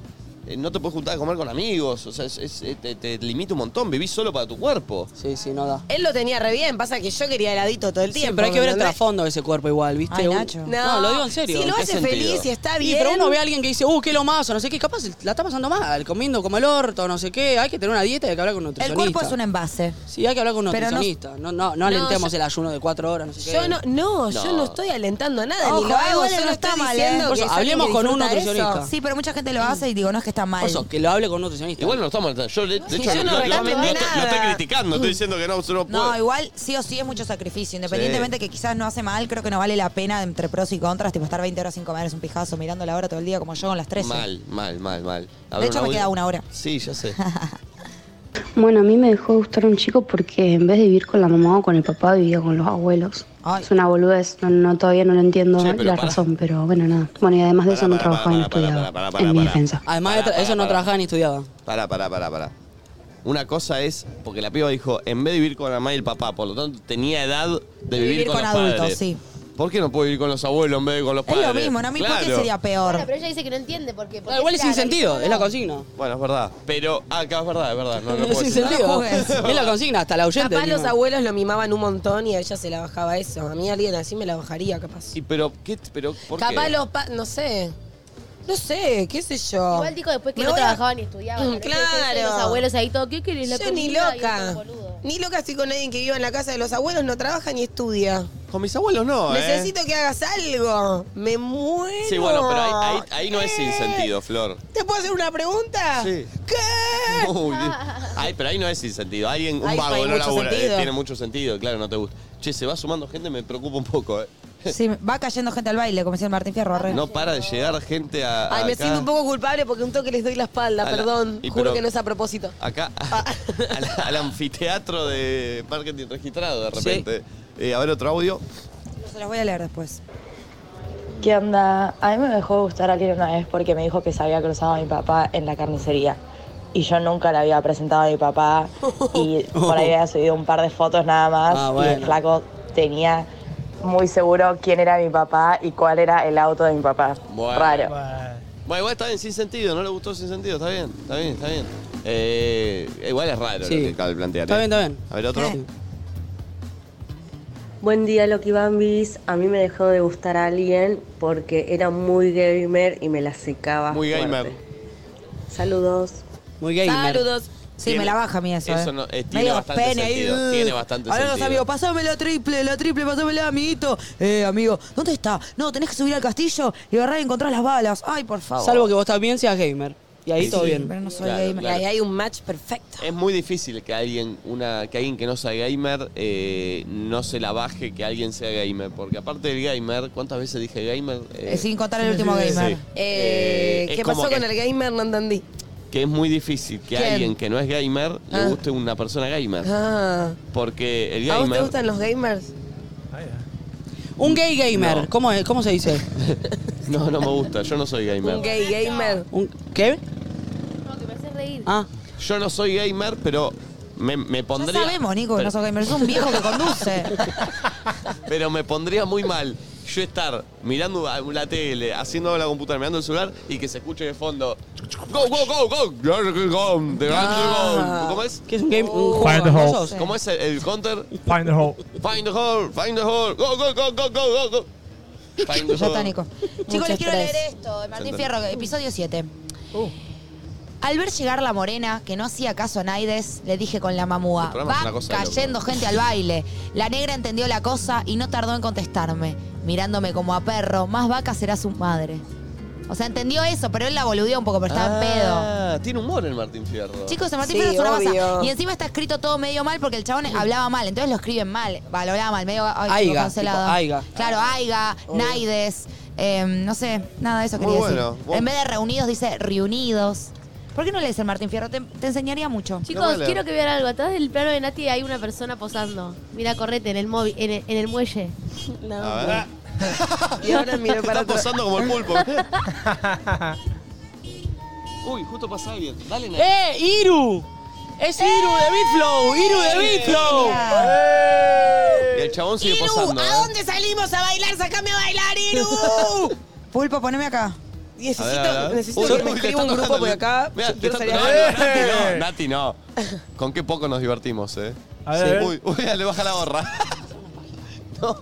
A: Eh, No te puedes juntar a comer con amigos, o sea, es- es- eh, te, te limita un montón, vivís solo para tu cuerpo.
C: Sí, sí, no da.
B: Él lo tenía re bien, pasa que yo quería heladito todo el
C: Sí,
B: tiempo.
C: pero hay que ver el
B: ¿entendés?
C: trasfondo de ese cuerpo igual, ¿viste?
B: Ay,
C: Un-
B: Nacho.
C: No, lo digo en serio.
B: Si lo
C: ¿En qué
B: hace
C: sentido?
B: feliz y está bien.
C: Y, pero uno ve a alguien que dice, uh, qué lomazo, no sé qué, capaz la está pasando mal, comiendo como el orto, no sé qué, hay que tener una dieta y hay que hablar con un
D: El
C: nutricionista.
D: cuerpo es un envase.
C: Sí, hay que hablar con un
D: Pero no-
C: nutricionista. No, no, no, alentemos
D: yo-
C: el ayuno de cuatro horas, no sé qué.
B: Yo no, no, yo
C: No.
B: no estoy alentando a nada,
D: Ojo,
B: ni lo hago,
D: igual
B: yo
D: no
B: no
D: está
B: estoy
D: mal, ¿eh?
B: diciendo
C: Por
B: que
C: eso,
B: es alguien
C: hablemos
B: que
C: con un
B: disfruta eso.
C: nutricionista.
D: Sí, pero mucha gente lo hace y digo, no es que está mal.
C: Por eso, que lo hable con un nutricionista.
A: Igual no estamos. Yo, le- de
D: Sí,
A: hecho,
D: yo no
A: lo- lo-
D: reclamé
A: lo- lo-
D: nada.
A: lo estoy criticando, estoy diciendo que no, yo no puedo.
D: No, igual sí o sí es mucho sacrificio. Independientemente que quizás no hace mal, creo que no vale la pena entre pros y contras, tipo estar 20 horas sin comer es un pijazo mirando la hora todo el día como yo con las 13.
A: Mal, mal, mal, mal. A
D: De
A: ver,
D: hecho,
A: un
D: me
A: audio.
D: queda una hora.
A: Sí,
D: (laughs)
A: ya sé.
J: Bueno, a mí me dejó de gustar un chico porque en vez de vivir con la mamá o con el papá, vivía con los abuelos. Es una boludez, no, no, todavía no lo entiendo
C: Che,
J: la
C: pero pará.
J: razón, pero bueno, nada. Bueno, y además de eso no trabajaba y no estudiaba, en mi defensa.
C: Además, de tra- eso no trabajaba ni estudiaba.
A: Pará, pará, pará, pará. Una cosa es, porque la piba dijo, en vez de vivir con la mamá y el papá, por lo tanto tenía edad de vivir, con, los
D: adultos,
A: padres.
D: sí.
A: ¿Por qué no puedo vivir con los abuelos en vez de con los
D: Es
A: padres?
D: lo mismo, no me importa
A: Claro.
D: sería peor.
E: Bueno, pero ella dice que no entiende por qué.
D: (laughs)
C: igual es sin sentido, es la consigna.
A: Bueno, es verdad. Pero, ah, acá es verdad, es verdad. No,
C: (laughs)
A: no
C: es
A: puedo
C: sin
A: decir nada.
C: sentido.
A: (laughs)
C: es la consigna, hasta la oyente.
B: Capaz los
C: misma.
B: abuelos lo mimaban un montón y a ella se la bajaba eso. A mí alguien así me la bajaría, capaz.
A: Y pero, ¿qué? Pero, ¿por
B: Capaz
A: qué?
B: los pa- no sé. No sé, qué sé yo.
E: Igual dijo después que
B: Me
E: no
B: voy a-
E: trabajaba ni estudiaba.
B: Mm,
E: ¿no? Entonces, ese- Los abuelos ahí todo, ¿qué querés? La
B: Yo ni
E: comida y
B: loca.
E: otro boludo.
B: Ni loca estoy con alguien que viva en la casa de los abuelos, no trabaja ni estudia.
A: Con mis abuelos no, ¿eh?
B: Necesito que hagas algo. Me muero.
A: Sí, bueno, pero ahí, ahí- ahí no es sin sentido, Flor.
B: ¿Te puedo hacer una pregunta?
A: Sí.
B: ¿Qué?
A: Uy, Dios. Ay, pero ahí no es sin sentido. Alguien, un
B: Ahí
A: vago,
B: hay
A: no
B: mucho
A: labura. Eh,
B: sentido.
A: tiene mucho sentido, claro, no te gusta. Che, se va sumando gente, me preocupa un poco, ¿eh?
D: Sí, va cayendo gente al baile, como decía el Martín Fierro. arre.
A: No para de llegar gente a.
B: Ay, me
A: acá.
B: siento un poco culpable porque un toque les doy la espalda,
A: A la-
B: perdón.
A: y
B: Juro
A: pero-
B: que no es a propósito.
A: Acá, (laughs) a- al, al anfiteatro de marketing registrado, de repente. Eh, a ver, otro audio.
D: Se los voy a leer después.
L: ¿Qué onda? A mí me dejó de gustar alguien una vez porque me dijo que se había cruzado a mi papá en la carnicería. Y yo nunca le había presentado a mi papá. Y por ahí había subido un par de fotos nada más.
C: Ah,
L: Y el
C: bueno.
L: flaco tenía muy seguro quién era mi papá y cuál era el auto de mi papá.
A: Bueno.
L: Raro.
A: Bueno, igual está bien, sin sentido, no le gustó sin sentido, está bien, está bien, está bien. Eh, igual es raro
C: Sí.
A: lo que acaba de plantear.
C: Está
A: eh.
C: bien, está bien.
A: A ver, otro.
M: Buen día, Loki Bambis. A mí me dejó de gustar a alguien porque era muy gamer y me la secaba.
A: Muy gamer.
M: fuerte. Saludos.
C: Muy
D: Sí, me la baja a mí eso.
A: Eso
D: eh.
A: no- eh, tiene
D: Medio
A: bastante
D: pene ahí,
A: sentido,
D: uh.
A: tiene bastante
D: Ahora los
A: sentido.
D: amigos, pasame la triple, la triple, pasame la amiguito. Eh, amigo, ¿dónde está? No, tenés que subir al castillo y agarrar y encontrar las balas. Ay, por favor.
C: Salvo que vos también seas gamer. Y ahí
A: Sí,
C: todo
A: sí,
C: bien.
A: pero no soy Claro, gamer. claro.
B: Ahí hay un match perfecto.
A: Es muy difícil que alguien, una, que alguien que no sea gamer eh, no se la baje que alguien sea gamer. Porque aparte del gamer, ¿cuántas veces dije gamer? Eh,
D: Eh, sin contar el último gamer.
A: Sí.
B: Eh,
A: Eh, es
B: ¿Qué
A: como
B: pasó
A: que-
B: con el gamer? No entendí.
A: Que es muy difícil que
B: ¿Quién?
A: alguien que no es gamer le
B: Ah.
A: guste una persona gamer.
B: Ah.
A: Porque el
B: ¿A vos te
A: gamer.
B: gustan los gamers?
C: Un gay gamer, ¿cómo, es- ¿cómo se dice?
A: (laughs) No, no me gusta, yo no soy
B: Un
A: gamer.
B: gay gamer.
C: Un- ¿Qué?
E: No, que me haces reír.
C: Ah.
A: Yo no soy gamer, pero me, me
D: Ya
A: pondría.
D: sabemos, Nico, que
A: pero-
D: no sos gamer. Es
A: (laughs)
D: un viejo que conduce.
A: Pero me pondría muy mal yo estar mirando a- la tele, haciendo la computadora, mirando el celular y que se escuche de fondo. Go, go, go, go. Go, go, go, the
C: Ah.
A: go. ¿Cómo es? Oh.
C: ¿Qué es un game? ¿Un juego
H: Find the
C: de
H: hole.
C: cosos?
A: ¿Cómo es el, el counter?
H: Find the hole.
A: Find the hole, find the hole. Go, go, go, go, go, go, go. Find the
D: Ya está,
A: hole.
D: Nico. Chicos,
B: Mucho
D: les quiero
B: estrés.
D: leer esto. de Martín
A: Entendí.
D: Fierro, episodio 7. Al ver llegar la morena, que no hacía caso a Naides, le dije con la
A: El
D: mamúa,
A: programa es una
D: va
A: cosa de
D: cayendo gente al baile. La negra entendió la cosa y no tardó en contestarme, mirándome como a perro, más vaca será su madre. O sea, entendió eso, pero él la boludeó un poco, pero estaba en pedo.
A: Ah, tiene humor el Martín Fierro.
D: Chicos, el Martín
B: Sí,
D: Fierro es una
B: obvio.
D: masa. Y encima está escrito todo medio mal porque el chabón hablaba mal, entonces lo escriben mal, va, lo hablaba mal, medio ay,
C: Aiga,
D: tipo cancelado.
C: tipo, aiga.
D: Claro, Aiga, Naides, eh, no sé, nada de eso
A: Muy
D: quería
A: bueno,
D: decir.
A: vos-
D: En vez de reunidos dice reunidos. ¿Por qué no lees el Martín Fierro? Te, te enseñaría mucho.
E: Chicos, quiero que vean algo. Atrás del plano de Nati hay una persona posando. Mira, correte en el, móvil, en el, en el muelle.
A: A ver.
D: Ah.
B: (laughs) Y ahora miro para
A: Está
B: otro-
A: posando como el
B: (laughs)
A: pulpo. Uy, justo pasa alguien. Dale, Nati.
N: ¡Eh, Iru! ¡Es Iru de Bitflow! ¡Iru de Bitflow!
A: Y el chabón sigue posando.
B: ¿A dónde salimos a bailar? ¡Sacame a bailar,
A: (laughs)
B: Iru! (laughs)
D: Pulpo, poneme acá.
A: A ver, a ver.
B: necesito
A: Uy,
B: que
A: uy,
B: me
A: le
B: escriba
A: está
B: un grupo
A: tocando
B: por
A: el-
B: acá.
A: Mirá,
B: Yo
A: le
B: quiero
A: está
B: salir Eh. a
A: tocando-
B: bailar.
A: Nati, no. Nati, no. Con qué poco nos divertimos, ¿eh?
H: A ver, a ver.
A: Uy, uy, le baja la gorra. No.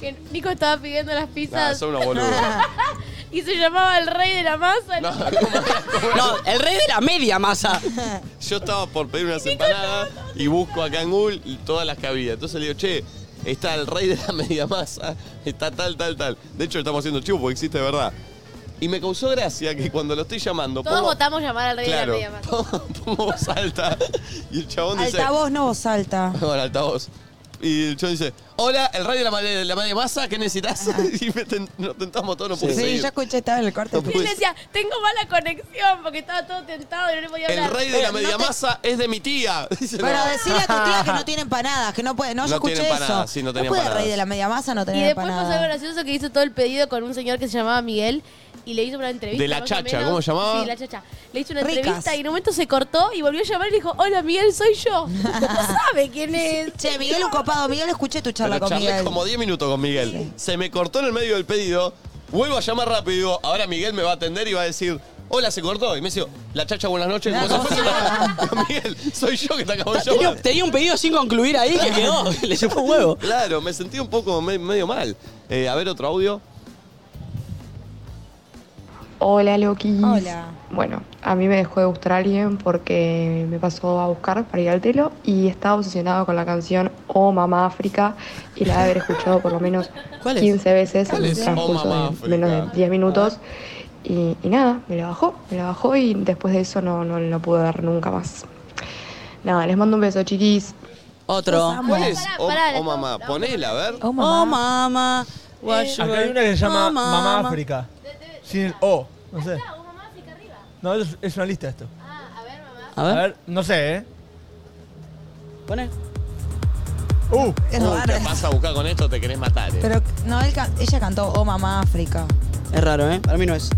E: Que Nico estaba pidiendo las
A: Nah,
E: pizzas
A: son unos boludos.
E: (laughs) y se llamaba el rey de la masa.
A: No, ¿cómo era? ¿Cómo era?
N: No, el rey de la media masa.
A: Yo estaba por pedir unas empanadas y busco acá en Google y todas las que había. Entonces le digo, che, está el rey de la (laughs) media masa, está tal, tal, tal. De hecho, lo estamos haciendo chivo porque existe de verdad. Y me causó gracia que cuando lo estoy llamando,
E: Todos
A: pongo,
E: votamos llamar al rey
A: Claro.
E: de la media masa.
A: pongo voz alta y el chabón dice...
D: Altavoz, no vos
A: (laughs)
D: alta.
A: Bueno, altavoz. Y el chabón dice, hola, el rey de la, ma- de la media masa, ¿qué necesitas? (laughs) Y me ten- nos tentamos todos, no
D: Sí,
A: pude seguir. Pues,
D: yo escuché, estaba en el cuarto.
E: Y él decía, tengo mala conexión porque estaba todo tentado y no le podía hablar.
A: El rey
D: Eh,
A: de la media masa es de mi tía. (laughs) Dice,
D: Pero
A: no.
D: decirle a tu tía
A: (laughs)
D: que no tiene empanadas, que no puede. No, yo
A: No tiene
D: escuché
A: empanadas,
D: eso.
A: sí, no tenía
D: puede
A: empanadas.
D: rey de la media masa no
E: Y
D: tener
E: después pasó algo
D: empanadas.
E: gracioso que hizo todo el pedido con un señor que se llamaba Miguel y le hizo una entrevista.
A: De la
E: más o
A: Chacha,
E: menos.
A: ¿cómo se llamaba?
E: Sí, de la chacha. Le hizo una
D: Ricas.
E: entrevista y en un momento se cortó y volvió a llamar y dijo, hola Miguel, soy
D: (laughs)
E: yo. No sabe quién es.
D: Che, Miguel un copado. Miguel, escuché tu charla
A: Pero
D: con
A: charlé
D: Miguel.
A: como 10 minutos con Miguel. Se me cortó en el medio del pedido. Vuelvo a llamar rápido y digo, ahora Miguel me va a atender y va a decir, hola, se cortó. Y me dice, la chacha, buenas noches.
D: No,
A: ¿Cómo se
D: ¿cómo
A: fue? (laughs) Miguel, soy yo que te acabo de
N: Tenía,
A: llamar.
N: tenía un pedido sin concluir ahí que quedó. Le chupó un huevo.
A: Claro, me sentí un poco me- medio mal. Eh, a ver, otro audio.
O: Hola, Loki.
D: Hola.
O: Bueno, a mí me dejó de gustar alguien porque me pasó a buscar para ir al telo y estaba obsesionado con la canción Oh Mamá África y la de haber escuchado por lo menos 15 veces
A: (laughs) ¿Cuál
O: en el
A: es? Oh,
O: transcurso
A: Mamá
O: de menos de
A: África.
O: 10 minutos. Y, y nada, me la bajó, me la bajó y después de eso no, no, no pude dar nunca más. Nada, les mando un beso, chiquis.
N: Otro.
A: ¿Cuál es?
E: Pará,
A: Oh,
E: pará,
A: oh, mamá, ponela, a ver.
D: Oh, mamá.
N: Oh, mamá. what you
H: Eh, Acá hay
N: were-
H: una que se llama
N: Oh,
H: Mamá África. Sin el O. No sé. No, es, es una lista esto.
N: A ver.
H: no sé, ¿eh?
N: Poné.
H: Uh,
D: Es
A: Uy,
D: raro.
A: te vas a buscar con esto, te querés matar. eh.
D: Pero no, él can- ella cantó Oh Mamá África.
N: Es raro, ¿eh? Para mí no es.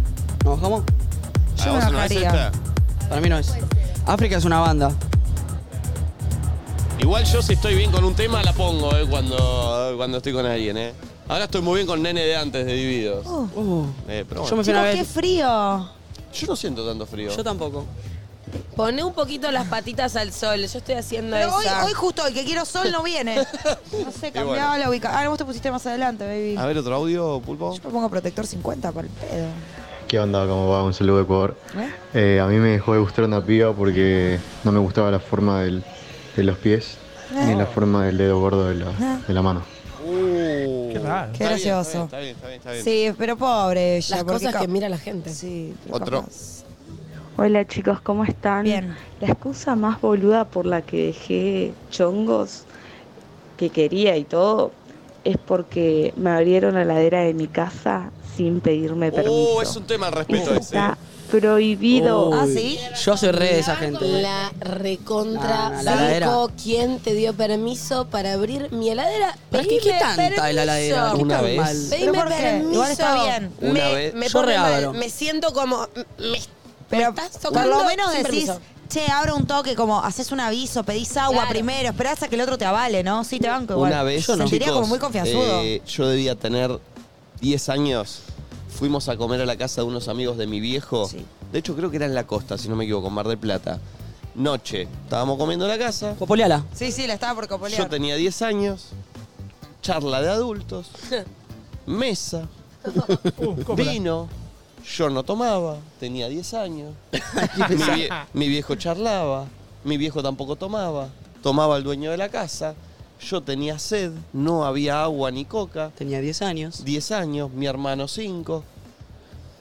N: ¿Nos bajamos?
D: yo
A: ¿A
D: me
A: Ah, vos no es
D: bajaría.
A: esta?
N: Para mí no es. África es una banda.
A: Igual yo si estoy bien con un tema la pongo eh, cuando, cuando estoy con alguien. Eh. Ahora estoy muy bien con Nene de antes de Divididos.
D: Uh,
N: Uh,
A: Eh, pero
N: Yo
A: bueno.
N: me fui
D: chicos,
N: una
D: qué
N: vez.
D: frío.
A: Yo no siento tanto frío.
N: Yo tampoco.
B: Poné un poquito las patitas al sol. Yo estoy haciendo
D: Pero hoy,
B: esa.
D: hoy justo hoy que quiero sol no
B: (laughs)
D: viene. No sé, cambiaba
A: bueno.
D: la ubicación. Ah, vos te pusiste más adelante, baby.
A: A ver, otro audio, Pulpo.
D: Yo me pongo protector 50 para el pedo.
P: ¿Qué onda? ¿Cómo va? Un saludo de Ecuador. Eh, a mí me dejó de gustar una piba porque no me gustaba la forma del- de los pies
C: ¿Eh?
P: ni la forma del dedo gordo de la, de la mano.
A: Qué
H: raro.
D: Qué gracioso.
A: Está bien, está bien, está bien. está bien.
B: Eh,
D: Sí, pero pobre ella.
B: Las
D: porque
B: cosas
D: ca-
B: que mira la gente.
D: Sí, pero
A: Otro.
D: capaz.
Q: Hola chicos, ¿cómo están?
D: Bien.
Q: La excusa más boluda por la que dejé chongos que quería y todo es porque me abrieron la ladera de mi casa sin pedirme permiso.
A: Oh, es un tema al
Q: Eso
A: respeto ese. eh.
Q: está prohibido.
N: Uy,
B: Ah, ¿sí?
N: Yo soy re de esa
C: eh.
N: gente.
B: La recontra
N: No, no, Ah, la heladera.
B: banco, ¿Quién te dio permiso para abrir mi heladera?
N: Pero es que, ¿qué
B: Pedime
N: tanta es la heladera?
B: permiso.
N: ¿Qué
A: Una
N: tan
A: vez.
N: mal?
B: Pedime
D: ¿Pero por qué?
B: permiso.
D: Igual está bien.
A: Una
B: me,
A: vez-
B: Eh, me
N: Yo
B: pone
N: reabro.
B: mal. Me siento como... Me,
D: Pero
B: me estás
D: por
B: tocando
D: lo menos
B: sin
D: decís,
B: permiso.
D: che, abro un toque, como haces un aviso, pedís agua
B: Claro.
D: primero, esperás a que el otro te avale, ¿no? Sí, te banco igual.
A: Una vez,
D: Yo no. Sentiría
A: chicos,
D: como muy confianzudo.
A: eh, yo debía tener 10 años. Fuimos a comer a la casa de unos amigos de mi viejo. De hecho, creo que era en la costa, si no me equivoco, en Mar del Plata. Noche, estábamos comiendo en la casa.
N: Copoleala.
D: sí, sí, la estaba por copolear.
A: Yo tenía 10 años. Charla de adultos. mesa. vino. Yo no tomaba. Tenía 10 años. mi, vie- mi viejo charlaba. Mi viejo tampoco tomaba. Tomaba el dueño de la casa. Yo tenía sed, no había agua ni coca. Tenía 10 años. 10 años, mi hermano 5.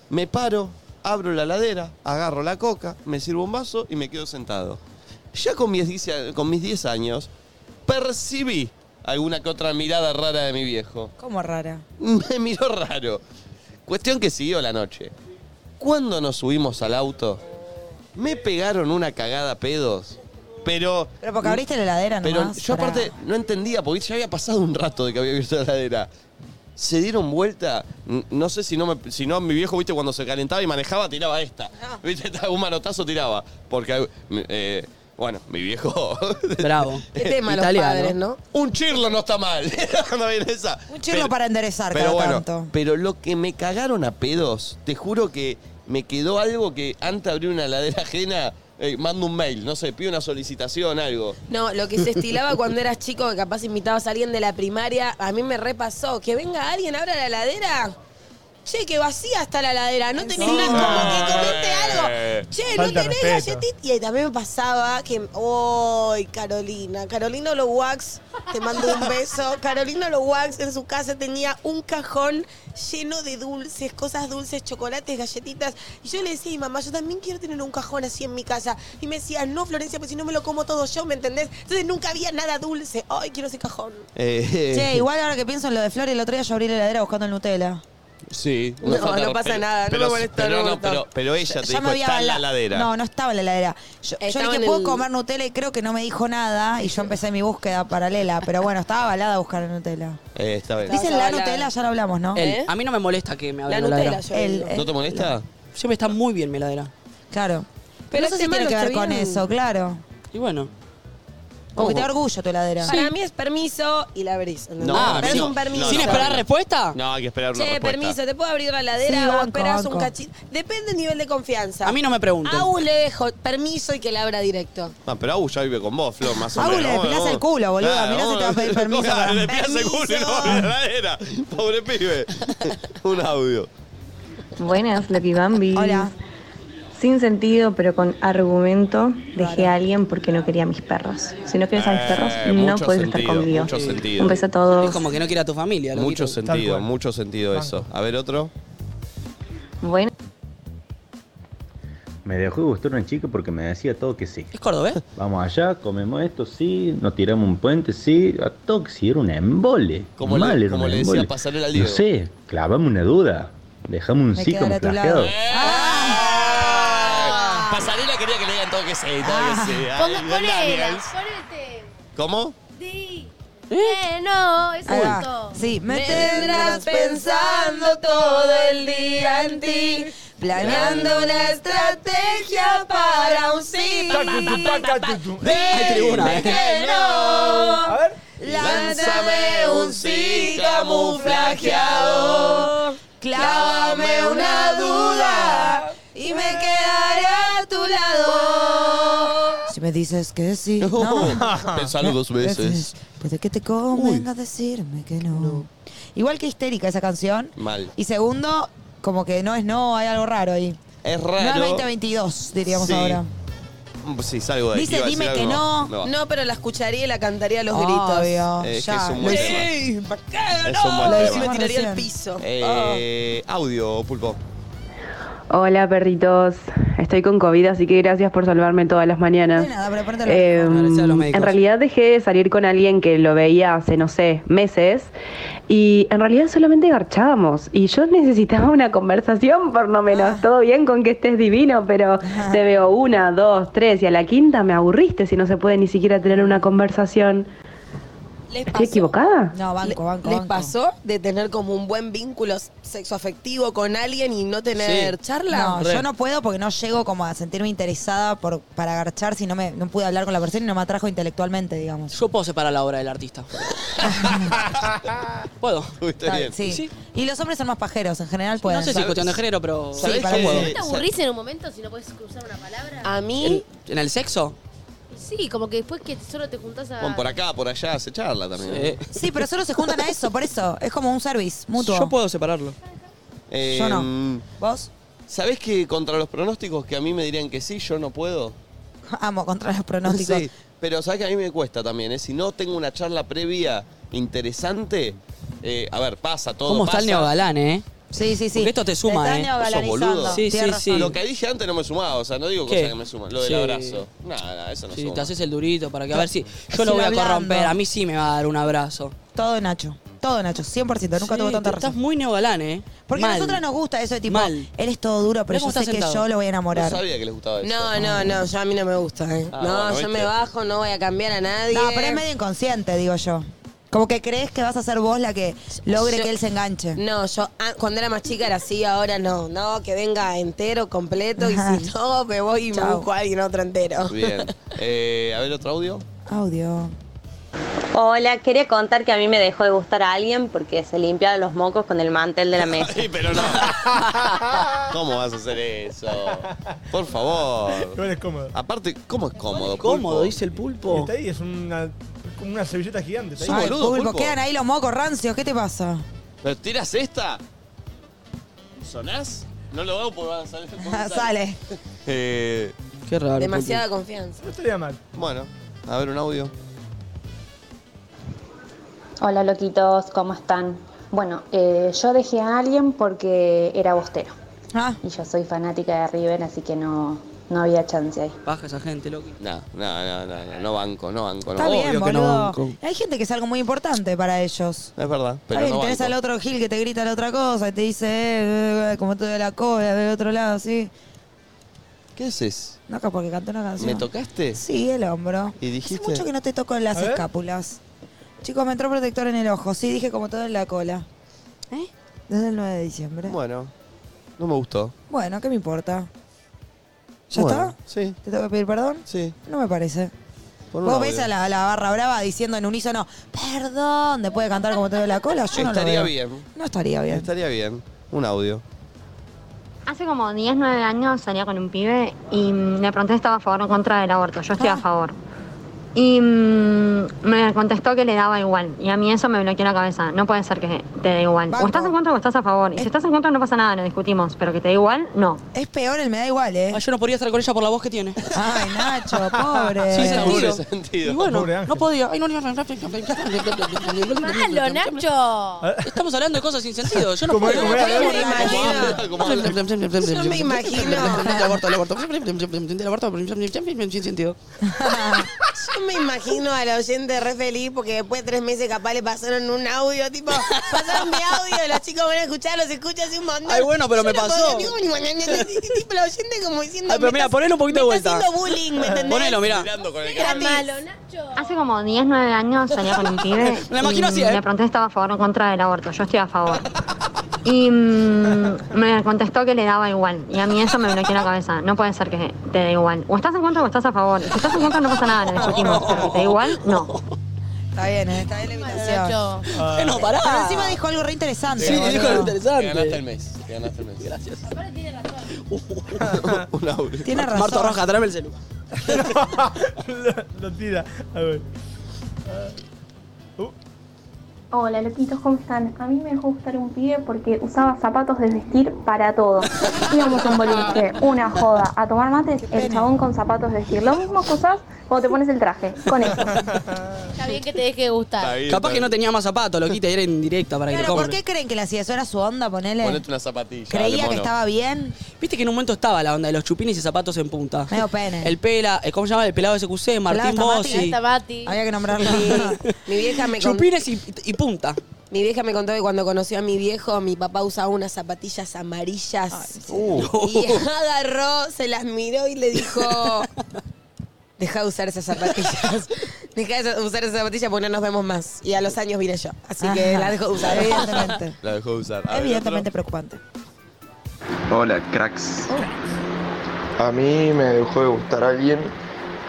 A: Me paro, abro la ladera, agarro la coca, me sirvo un vaso y me quedo sentado. Ya con mis 10, con mis 10 años, percibí alguna que otra mirada rara de mi viejo.
D: (laughs) ¿Cómo rara?
A: (laughs) Me miró raro. Cuestión que siguió la noche. Cuando nos subimos al auto, me pegaron una cagada a pedos. Pero.
D: Pero porque abriste la heladera
A: Pero
D: nomás
A: yo
D: para-
A: aparte no entendía, porque ya había pasado un rato de que había abierto la heladera. Se dieron vuelta, n- no sé si no, me- si no mi viejo, viste, cuando se calentaba y manejaba, tiraba esta. Viste, (laughs) un manotazo tiraba. Porque, eh, bueno, mi viejo...
C: Bravo.
B: Qué tema los padres, ¿no?
A: eh, Un chirlo no está mal. (laughs) Cuando viene esa.
D: Un chirlo para enderezar
A: Pero
D: cada
A: bueno,
D: tanto.
A: pero lo que me cagaron a pedos, te juro que me quedó algo que antes de abrir una heladera ajena, eh, mando un mail, no sé, pido una solicitación, algo.
B: No, lo que
N: (laughs)
B: se estilaba cuando eras chico, que capaz invitabas a alguien de la primaria, a mí me repasó. Que venga alguien, abra la heladera. Che, que vacía está la heladera, no tenés nada como que comiste algo. Che, no
N: Falta
B: tenés
N: respeto.
B: galletita. Y ahí también me pasaba que. ¡Ay, Carolina! Carolina Lowax, te mando un beso. Carolina Lowax en su casa tenía un cajón lleno de dulces, cosas dulces, chocolates, galletitas. Y yo le decía a mi mamá, yo también quiero tener un cajón así en mi casa. Y me decía, no, Florencia, pues si no me lo como todo yo, ¿me entendés? Entonces nunca había nada dulce. ¡Ay, quiero ese cajón!
A: Eh, (laughs)
D: Che, igual ahora que pienso en lo de Flor, el otro día yo abrí la heladera buscando el Nutella.
A: Sí.
D: No,
A: una falta de
D: no pasa
A: respeto.
D: nada, no
A: Pero-
D: me molesta,
A: pero
D: no me
A: no,
D: molesta.
A: pero, pero ella te
D: Ya
A: dijo, está en la
D: bala-
A: heladera.
D: No, no estaba en la heladera. Yo, yo
B: Estaba
D: le
B: en
D: dije, ¿puedo
B: el-
D: comer Nutella? Y creo que no me dijo nada. Y yo empecé mi búsqueda paralela. Pero bueno, estaba avalada a buscar el
A: (laughs)
D: Nutella.
A: Eh, está bien.
D: Dicen la Nutella, ya lo hablamos, ¿no?
C: El-
B: ¿Eh?
C: A mí no me molesta que me
D: La
C: abran
D: Nutella,
C: heladera.
D: yo El- digo. el-
A: ¿No te molesta?
C: Siempre está muy bien mi heladera.
D: Claro.
C: Pero
D: Pero
C: ese
D: no sé si
C: tema
D: tiene
C: no
D: que ver
C: está
D: con
C: bien.
D: eso, claro.
C: Y bueno.
D: Porque te da orgullo tu heladera.
B: Para mí es permiso y la abrís. ¿entendés?
A: No,
B: Ah,
A: no,
B: pero es
A: no,
B: un permiso.
A: no, no, no.
C: respuesta?
A: No, hay que esperar una
B: Che,
A: respuesta.
B: permiso, ¿te puedo abrir la heladera
C: Sí,
B: o
C: banco,
B: esperas un
C: banco.
B: cachito? Depende del nivel de confianza.
C: A mí no me pregunten.
B: A un le dejo permiso y que la abra directo.
A: Ah, pero Agus ya vive con vos, Flor, más o
B: Agus,
A: menos.
B: le depilás
A: Vamos,
B: el culo, boluda.
A: claro,
B: Mirá si te va a pedir
A: vamos.
B: permiso
A: Claro,
B: para-
A: Le depilás el culo y no abre la heladera. Pobre pibe. (laughs) Un audio.
J: Buenas, Lucky Bambi. Hola. Sin sentido, pero con argumento, dejé a alguien porque no quería a mis perros. Si no quieres a mis
A: Eh,
J: perros, no
A: mucho
J: puedes
A: sentido,
J: estar conmigo.
A: mucho sentido.
J: Un beso a todos.
C: Es como que no quiere a tu familia. loquito.
A: Mucho sentido, mucho sentido eso. A ver, otro.
J: Bueno.
K: Me dejó de gustar una chica porque me decía todo que sí.
C: Es
A: ¿eh?
C: cordobés.
K: (laughs) Vamos allá, comemos esto, sí, nos tiramos un puente, sí, a todo que sí, era un embole.
A: Como le-
K: mal, era
A: como
K: un
A: le decía
K: embole.
A: Pasarela al
K: No
A: Diego.
K: sé, clavamos una duda, dejamos un
A: Me
K: sí
A: quedaré
K: como
A: a tu lado.
K: plagiado.
A: Pasarela quería que le digan eh, todo que sí, todo
B: Ah.
A: que sí. Ah. Ay,
E: Ponga- Ponela,
A: Daniels.
E: ponete.
A: ¿Cómo?
E: Sí. Eh, no, eso
D: Ahí
E: es
D: va.
E: todo.
D: Sí, me
E: Me
D: tendrás pensando todo el día en ti, planeando una estrategia para un
N: Hay
D: sí.
N: tribuna,
D: Dime
N: eh.
D: que no.
N: A
D: Lánzame un sí camuflajeado. Clávame una duda y me quedaré a tu lado. Si me dices que
A: (laughs)
D: sí, no.
A: Pensalo dos veces.
D: Puede que te convenga decirme que no. Igual que histérica esa canción.
A: Mal.
D: Y segundo, como que no es no, hay algo raro ahí.
A: Es
D: No es
A: raro.
D: 2022, diríamos
A: Sí. Mm,
D: ahora.
A: Sí, salgo de ahí.
B: Dice,
A: Iba a
B: dime que
A: decir algo.
B: no. No, pero la escucharía y la cantaría a los
D: Obvio,
B: gritos.
A: Eh, es que es un buen tema.
B: ¡Ey, ¿para qué
A: Es un buen
B: no?
A: tema.
B: Me tiraría al piso.
A: Eh,
C: Ah.
A: Audio, pulpo.
R: Hola perritos, estoy con COVID, así que gracias por salvarme todas las mañanas. Eh, en realidad dejé de salir con alguien que lo veía hace, no sé, meses, y en realidad solamente garchábamos, y yo necesitaba una conversación por lo menos,
D: Ah.
R: todo bien con que estés divino, pero te veo una, dos, tres, y a la quinta me aburriste si no se puede ni siquiera tener una conversación. ¿Estoy equivocada?
D: No, banco, banco,
B: ¿Les
D: banco.
B: pasó de tener como un buen vínculo sexoafectivo con alguien y no tener charla?
D: No, yo no puedo porque no llego como a sentirme interesada por, para agarchar si no me no pude hablar con la persona y no me atrajo intelectualmente, digamos.
C: Yo puedo separar la obra del artista.
A: (laughs)
C: ¿Puedo?
D: (laughs) Está- Sí. Y los hombres son más pajeros, en general pueden.
C: No sé si es cuestión de género, pero...
D: Sí, ¿Sabés para qué? puedo.
E: ¿No te aburrís en un momento si no puedes cruzar una palabra?
D: Ah.
B: A mí...
C: ¿En, en el sexo?
E: Sí, como que después que solo te juntás a...
A: Bueno, por acá, por allá, se charla también. ¿eh?
D: Sí, pero solo se juntan a eso, por eso. Es como un service mutuo.
C: Yo puedo separarlo.
A: Eh,
D: Yo no. ¿Vos?
A: ¿Sabés que contra los pronósticos que a mí me dirían que sí, yo no puedo?
D: Amo contra los pronósticos.
A: Sí. Pero sabes que a mí me cuesta también, ¿eh? Si no tengo una charla previa interesante, eh, a ver, pasa todo.
C: ¿Cómo está el
A: pasa.
C: neogalán, eh?
D: Sí, sí, sí.
C: Porque esto te suma, eh.
A: Vos sos boludo.
C: Sí, sí, sí.
A: Lo que dije antes no me sumaba, o sea, no digo
C: ¿Qué?
A: cosas que me suman. Lo del
C: Sí.
A: abrazo. Nada, eso no
C: Sí,
A: suma.
C: te haces el durito para que a ver si. Yo
D: Así
C: lo voy a
D: hablando.
C: corromper, a mí sí me va a dar un abrazo.
D: Todo Nacho. Todo Nacho, 100%. Nunca
C: Sí,
D: tuvo tanta
C: te-
D: razón.
C: Estás muy neogalán, eh.
D: Porque a
C: Mal.
D: nosotros nos gusta eso de tipo,
C: Mal.
D: él es todo duro, pero
C: Mirá
D: yo
C: cómo
D: sé
C: está
D: que
C: sentado.
D: yo lo voy a enamorar.
A: No sabía que les gustaba eso.
B: No, no, no, yo a mí no me gusta, ¿eh?
A: Ah,
B: no,
A: bueno,
B: yo
A: ¿viste?
B: me bajo, no voy a cambiar a nadie.
D: No, pero es medio inconsciente, digo yo. Como que crees que vas a ser vos la que logre
B: Yo-
D: que él se enganche.
B: No, yo ah, cuando era más chica era así, ahora no. No, que venga entero, completo, y si no, me voy y me busco a alguien otro entero. (laughs)
A: Bien. Eh, a ver, otro audio.
D: Audio.
S: Hola, quería contar que a mí me dejó de gustar a alguien porque se limpia los mocos con el mantel
A: (laughs)
S: de la mesa.
A: Ay,
D: (laughs)
A: pero no. ¿Cómo vas a hacer eso? Por favor.
H: Igual es cómodo.
A: Aparte, ¿cómo es cómodo?
H: cómodo,
A: pulpo?
H: dice el pulpo. Está ahí, es una, como una servilleta gigante. está
D: Ay,
H: ahí.
D: pulpo, quedan ahí los mocos rancios, ¿qué te pasa?
A: ¿Pero tiras esta? ¿Sonás? No lo hago porque va a
D: (laughs)
A: salir.
D: Sale.
A: Eh,
C: Qué raro.
B: Demasiada confianza.
H: No estaría mal.
A: Bueno, a ver un audio.
T: Hola loquitos, ¿cómo están? Bueno, eh, yo dejé a alguien porque era bostero.
A: Ah.
T: Y yo soy fanática de River, así que no, no había chance ahí.
C: Baja esa gente, loco.
A: No, no, no, no, no, no banco, no banco.
D: Está
A: no.
D: bien, boludo. Hay gente que es algo muy importante para ellos.
A: Es verdad,
D: Está
A: pero
D: bien,
A: no
D: tenés
A: banco.
D: al otro Gil que te grita la otra cosa y te dice, eh, eh, eh, como tú de la cola, del otro lado, sí.
A: ¿Qué haces?
D: No, que porque cantó una canción.
A: ¿Me tocaste?
D: Ah, Sí, el hombro.
A: ¿Y dijiste?
D: Hace mucho que no te toco en las
A: A ver.
D: escápulas. Chicos, me entró protector en el ojo. Sí, dije como todo en la cola. ¿Eh? Desde el 9 de diciembre.
A: Bueno, no me gustó.
D: Bueno, ¿qué me importa? ¿Ya
A: Bueno,
D: está?
A: Sí.
D: ¿Te tengo que pedir perdón?
A: Sí.
D: No me parece.
A: Pon un
D: Vos
A: audio.
D: ves a la, a la barra brava diciendo en unísono, perdón, después de cantar como todo en la cola, yo no lo
A: Estaría
D: veo.
A: bien.
D: No estaría bien.
A: Estaría bien. Un audio.
T: Hace como 10, 9 años salía con un pibe y mm, le pregunté si estaba a favor o en contra del aborto. Yo
C: Ah.
T: estoy a favor. Y mm, me contestó que le daba igual. Y a mí eso me bloqueó la cabeza. No puede ser que te dé igual. O estás en contra o estás a favor. Y si estás en contra no pasa nada, no discutimos. Pero que te dé igual, no.
D: Es peor el me da igual, ¿eh?
C: Ay, Ah, yo no podría estar con ella por la voz que tiene.
D: Ay,
C: (laughs)
D: Nacho, pobre.
C: Sin
A: Pobre
C: sentido.
A: sentido.
C: Y bueno,
A: Pobre
C: no
A: Ángel.
C: podía.
E: (laughs)
C: Ay, no, no, no, no, no, no, no, no,
E: ¡Malo, Nacho!
C: Estamos hablando de cosas sin sentido. Yo no
E: Ah. Como-
C: puedo.
E: como
C: No,
E: era-
C: no,
E: me (laughs) imagino.
C: no, no, no, no,
E: Yo
C: no, no, no,
E: me imagino.
C: El aborto, el aborto. El aborto, sin sentido.
B: Yo me imagino al oyente re feliz porque después de tres meses capaz le pasaron un audio, tipo, pasaron mi audio, los chicos van a escuchar, los escucha así un montón.
C: Ay, bueno, pero
B: Yo
C: me
B: no
C: pasó.
B: podía ni- ni- ni- ni-
C: (laughs)
B: ni- Tipo, el oyente como diciendo...
C: Ay, pero
B: me
C: mira,
B: estás-
C: ponelo un poquito de
B: me estás
C: vuelta.
B: haciendo bullying, ¿me entendés?
C: Ponelo, mirá.
B: Era malo,
T: Hace como 10, 9 años salía con un
C: (laughs)
T: pibe.
C: Me imagino
T: y
C: así, ¿eh?
T: Le pregunté si estaba a favor o en contra del aborto. Yo estoy a favor. Y mm, me contestó que le daba igual. Y a mí eso me bloqueó la cabeza. No puede ser que te dé igual. O estás en contra o estás a favor. Y si estás en contra no pasa nada, no
D: (laughs)
T: discutimos. Pero que te dé igual, no.
D: Está bien, eh, está bien la invitación.
C: Ah.
A: Eh,
C: Bueno, pará.
D: Pero encima dijo algo re interesante.
C: Sí,
D: boludo.
C: dijo algo interesante.
A: Te ganaste el mes. Te ganaste el mes. Gracias. (laughs) un audio.
D: Tiene razón.
C: Marta Roja, tráeme el celular.
H: (laughs) Lo tira. A ver.
T: Hola, loquitos, ¿cómo están? A mí me dejó gustar un pibe porque usaba zapatos de vestir para todo. Íbamos a un boliche, una joda, a tomar mates, el chabón con zapatos de vestir. Lo mismo que usás cuando te pones el traje, con eso.
E: Está bien que te deje de gustar.
C: Capaz que no tenía más zapatos, lo quita y era indirecta para que lo
D: Claro, ¿por
C: compre.
D: qué creen que la hacía? ¿Eso era su onda? Ponele.
A: Ponete una zapatilla.
D: Creía
C: dale,
D: que
C: mono.
D: estaba bien.
C: Viste que en un momento estaba la onda de los chupines y zapatos en punta.
D: Medio pene.
C: El pela, eh, ¿cómo se llama? El pelado SQC, Martín
D: ¿eh?
C: Bossi.
D: Había que nombrarlo.
B: Mi vieja me contó...
C: Chupines y, y punta.
B: Mi vieja me contó que cuando conoció a mi viejo, mi papá usaba unas zapatillas amarillas. Y
C: Uh.
B: agarró, se las miró y le dijo: Deja de usar
D: (laughs)
B: esas zapatillas. Deja de usar esas zapatillas porque no nos vemos más. Y a los años vine yo. Así que
D: Ajá.
B: la dejo de usar.
D: Evidentemente.
A: (laughs) La dejó de usar. A ver,
D: Evidentemente preocupante.
U: Hola, cracks.
P: A mí me dejó de gustar alguien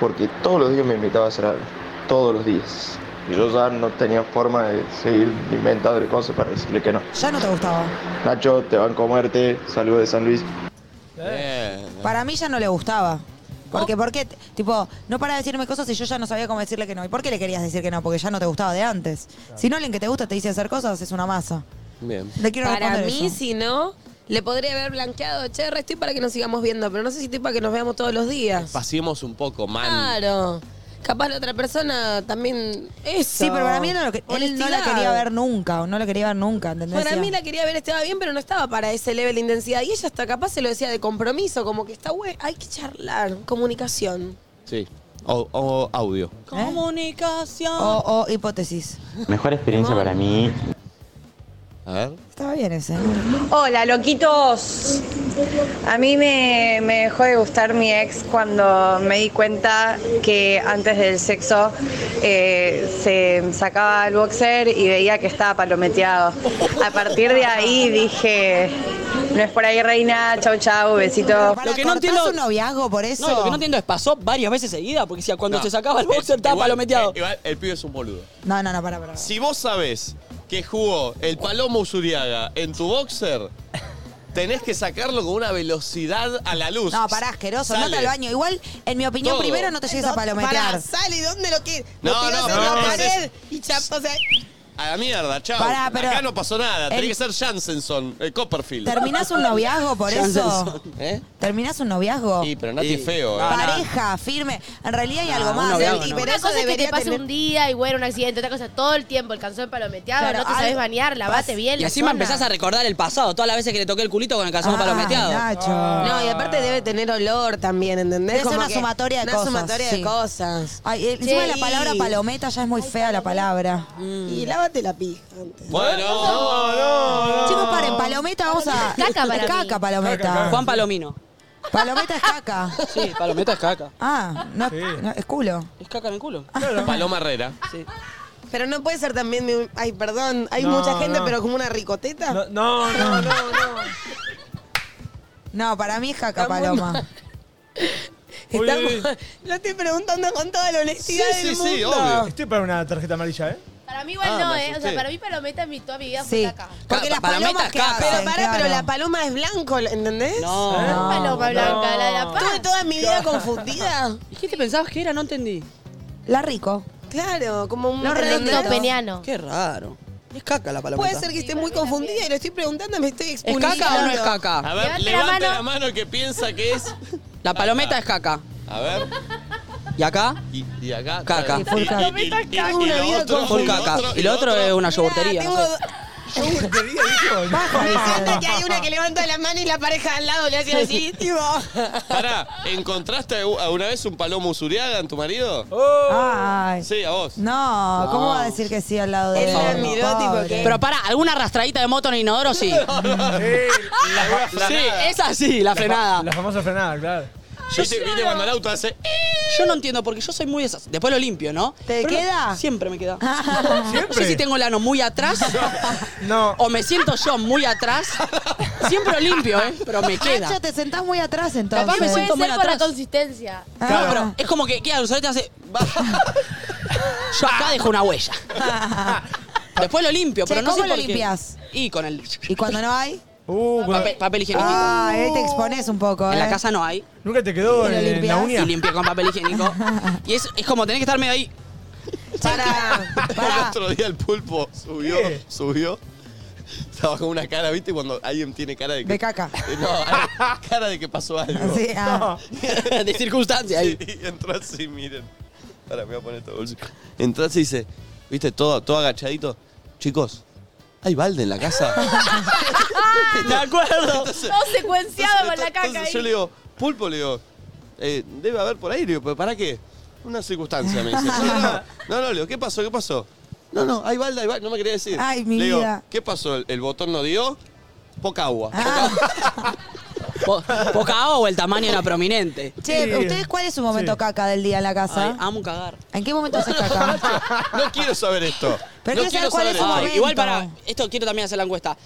P: porque todos los días me invitaba a hacer algo. Todos los días. Y yo ya no tenía forma de seguir inventando cosas para decirle que no.
D: Ya no te gustaba.
P: Nacho, te van a comerte. Saludos de San Luis.
D: Para mí ya no le gustaba. Porque, ¿por qué? Tipo, no para de decirme cosas y yo ya no sabía cómo decirle que no. ¿Y por qué le querías decir que no? Porque ya no te gustaba de antes. Si no, alguien que te gusta te dice hacer cosas, es una masa.
A: Bien.
D: Le quiero
B: Para
D: responder
B: mí,
D: eso.
B: si no, le podría haber blanqueado. Che, re, estoy para que nos sigamos viendo, pero no sé si estoy para que nos veamos todos los días.
A: Pasemos un poco, man.
B: Claro. Capaz la otra persona también. Eso.
D: Sí, pero para mí no lo que- él no la
B: Honestidad.
D: quería ver nunca, o no la quería ver nunca, ¿entendés?
B: Para mí la quería ver, estaba bien, pero no estaba para ese level de intensidad. Y ella hasta capaz se lo decía de compromiso, como que está güey, hay que charlar, comunicación.
A: Sí. O, o audio.
B: Comunicación.
D: O, o hipótesis.
K: Mejor experiencia para mí.
A: A ver.
D: Estaba bien ese.
V: Hola, loquitos. A mí me, me dejó de gustar mi ex cuando me di cuenta que antes del sexo eh, se sacaba el boxer y veía que estaba palometeado. A partir de ahí dije, no es por ahí, reina, chau, chau, besito.
C: Lo que no entiendo.
D: un noviazgo por eso?
C: No, lo que no entiendo es pasó varias veces seguidas, porque si cuando
A: No.
C: se sacaba el boxer estaba
A: Igual,
C: palometeado.
A: eh, igual el pibe es un boludo.
D: No, no, no, para, para.
A: Si vos sabés que jugó el Palomo Usuriaga en tu boxer, tenés que sacarlo con una velocidad a la luz.
D: No, pará, asqueroso,
A: Pues Sale.
D: no te al baño. Igual, en mi opinión,
A: Todo.
D: primero no te llegues a palometear.
B: Pará, sale, ¿dónde lo quieres?
A: No,
B: lo tirás
A: no,
B: en
A: pero
B: la
A: no,
B: pared y chapas. o sea,
A: A la mierda, chao.
D: Pará, pero-
A: Acá no pasó nada.
D: el-
A: Tenés que ser Jansenson, el Copperfield.
D: ¿Terminás un noviazgo
A: (laughs)
D: por eso?
A: ¿Eh?
D: ¿Terminás un noviazgo?
A: Sí, pero Nati es feo, ¿eh?
D: Pareja, firme. En realidad hay
A: No,
D: algo
A: un
D: más.
A: noviazgo
D: Y
A: no.
D: pero
E: Una
D: eso
E: cosa es que te
D: debería
E: pase
D: tener-
E: un día y bueno, un accidente, otra cosa, todo el tiempo el calzón palometeado,
D: Claro,
E: no te
D: algo-
E: sabes bañar, lavate bien.
C: Y
E: la
C: encima
E: zona.
C: empezás a recordar el pasado, todas las veces que le toqué el culito con el calzón
B: Ah,
A: Ah,
D: Ah,
C: palometeado.
B: No, y aparte debe tener olor también, ¿entendés?
D: Es
B: Como
D: Ah. una
B: que-
D: sumatoria de
B: una
D: cosas.
B: sumatoria
D: sí.
B: de cosas.
D: Ay, el- encima
B: Sí.
D: la palabra palometa ya es muy fea la palabra.
B: Y lávate la pija.
A: Bueno, no, no, no.
D: Chicos, paren, palometa vamos a.
B: Caca para
D: es
B: mí.
D: caca palometa.
C: Juan Palomino.
D: Palometa es caca.
C: Sí, palometa es caca.
D: Ah, no, no, es culo.
C: Es caca en el culo.
A: Paloma Herrera.
B: Pero no puede ser también. de un- Ay, perdón, hay
D: No,
B: mucha gente,
D: no.
B: pero como una ricoteta. No,
H: no,
D: Ah,
H: no, no.
D: No, para mí es caca
B: Está muy
D: paloma.
B: mal. Estamos- Lo estoy preguntando con toda la honestidad del mundo.
H: Estoy para una tarjeta amarilla, ¿eh?
E: Para mí igual
H: Ah,
E: no,
H: me
E: ¿eh? O sea,
H: asusté.
E: para mí palometa en mi toda mi vida
D: Sí.
E: fue caca.
D: Porque las palomas que hacen,
B: Pero pará,
D: claro.
B: pero la paloma es blanco, ¿entendés?
C: No.
B: ¿Eh?
C: No,
E: Paloma blanca, la de la paz.
B: Estuve toda mi vida confundida.
C: ¿Y qué te pensabas que era? No entendí.
D: La rico.
B: Claro, como un...
E: Lo
B: ¿entendés?
E: redondito peniano.
C: Qué raro. Es caca la palometa.
B: Puede ser que esté muy confundida y lo estoy preguntando, me estoy
C: ¿Es
B: exponiendo.
C: caca o no es caca?
A: A ver, levante, la, mano. el que piensa que es.
C: La palometa es caca.
A: A ver.
C: ¿Y acá?
A: Y, y acá.
C: Caca.
A: Y- y- y- y- y- y- y lo otro,
C: Full
A: y lo
C: caca.
A: otro,
C: Y lo otro es una yogurtería. no sé.
B: Me (laughs) encanta que hay una que levanta la mano y la pareja al lado le hace así, tipo...
A: Pará, ¿encontraste alguna vez un palomo usuriaga en tu marido?
D: Ay.
A: Sí, a vos.
D: No, ¿cómo
A: No.
D: va a decir que sí al lado de
A: Él
B: (laughs)
A: la
D: él?
A: miró, tipo,
D: Pobre.
A: ¿qué?
C: Pero para, ¿alguna arrastradita de moto en el inodoro? Sí. Sí, esa sí, la frenada.
H: La famosa frenada, claro.
A: ¿Viste, viste cuando el auto hace.
C: Yo no entiendo porque yo soy muy de esas. Después lo limpio, ¿no?
D: ¿Te
C: Pero
D: queda?
C: no- siempre me queda.
E: (laughs)
H: ¿Siempre?
C: No sé si tengo el ano
H: (laughs)
C: muy atrás. No. O me siento yo muy atrás. Siempre lo limpio, ¿eh? Pero me queda.
D: Nacho, te sentás muy atrás entonces.
E: Capaz me siento
C: muy
E: por la
C: atrás.
E: consistencia.
D: Ah.
C: No, pero es como que queda Lucerete hace.
D: (laughs)
C: Yo acá dejo una huella. Después lo limpio,
D: Che,
C: pero no sé
D: ¿cómo lo
C: por qué.
D: limpias?
C: Y con el.
D: ¿Y cuando no hay?
H: Uh, cuando-
C: Papel, papel higiénico.
D: Ah, ahí te expones un poco,
C: En la
D: eh.
C: casa no hay.
H: ¿Nunca te quedó en, en la uña?
C: Y limpié con papel higiénico. Y es, es como tenés que estar medio ahí.
D: Ah.
A: El (laughs) otro día el pulpo subió,
D: Eh.
A: subió. Estaba con una cara, ¿viste? Cuando alguien tiene cara de que. Eh,
D: De
C: (laughs)
D: caca.
A: No,
D: (laughs)
A: hay cara de que pasó algo.
D: Sí, ah.
C: de circunstancia.
A: Y, y entró así, miren. Ahora me voy a poner todo bolsillo. Entró así y dice, ¿viste? Todo, todo agachadito. Chicos, hay balde en
D: (laughs)
A: la casa.
B: Ah,
A: (laughs)
C: De acuerdo.
E: Todo secuenciado con la caca.
A: Entonces yo
E: ahí.
A: le digo, pulpo, le digo, eh, debe haber por ahí, le digo, ¿pero para qué? Una circunstancia, me dice. No, no, no, no, no, le digo, ¿qué pasó? ¿Qué pasó? No, no, hay balde, hay balde, no me quería decir.
D: Ay, mi
A: le digo,
D: vida.
A: ¿qué pasó? ¿El, el botón no dio? Poca agua.
D: Ah.
C: Po- poca agua o el tamaño era prominente.
D: Che, ¿ustedes cuál es su momento caca del día en la casa?
C: Ay, amo cagar.
D: ¿En qué momento haces caca?
A: No quiero saber esto.
D: Pero
A: no
D: quiero saber cuál es su
A: esto.
D: momento.
C: Ah, Igual para. Esto quiero también hacer la encuesta.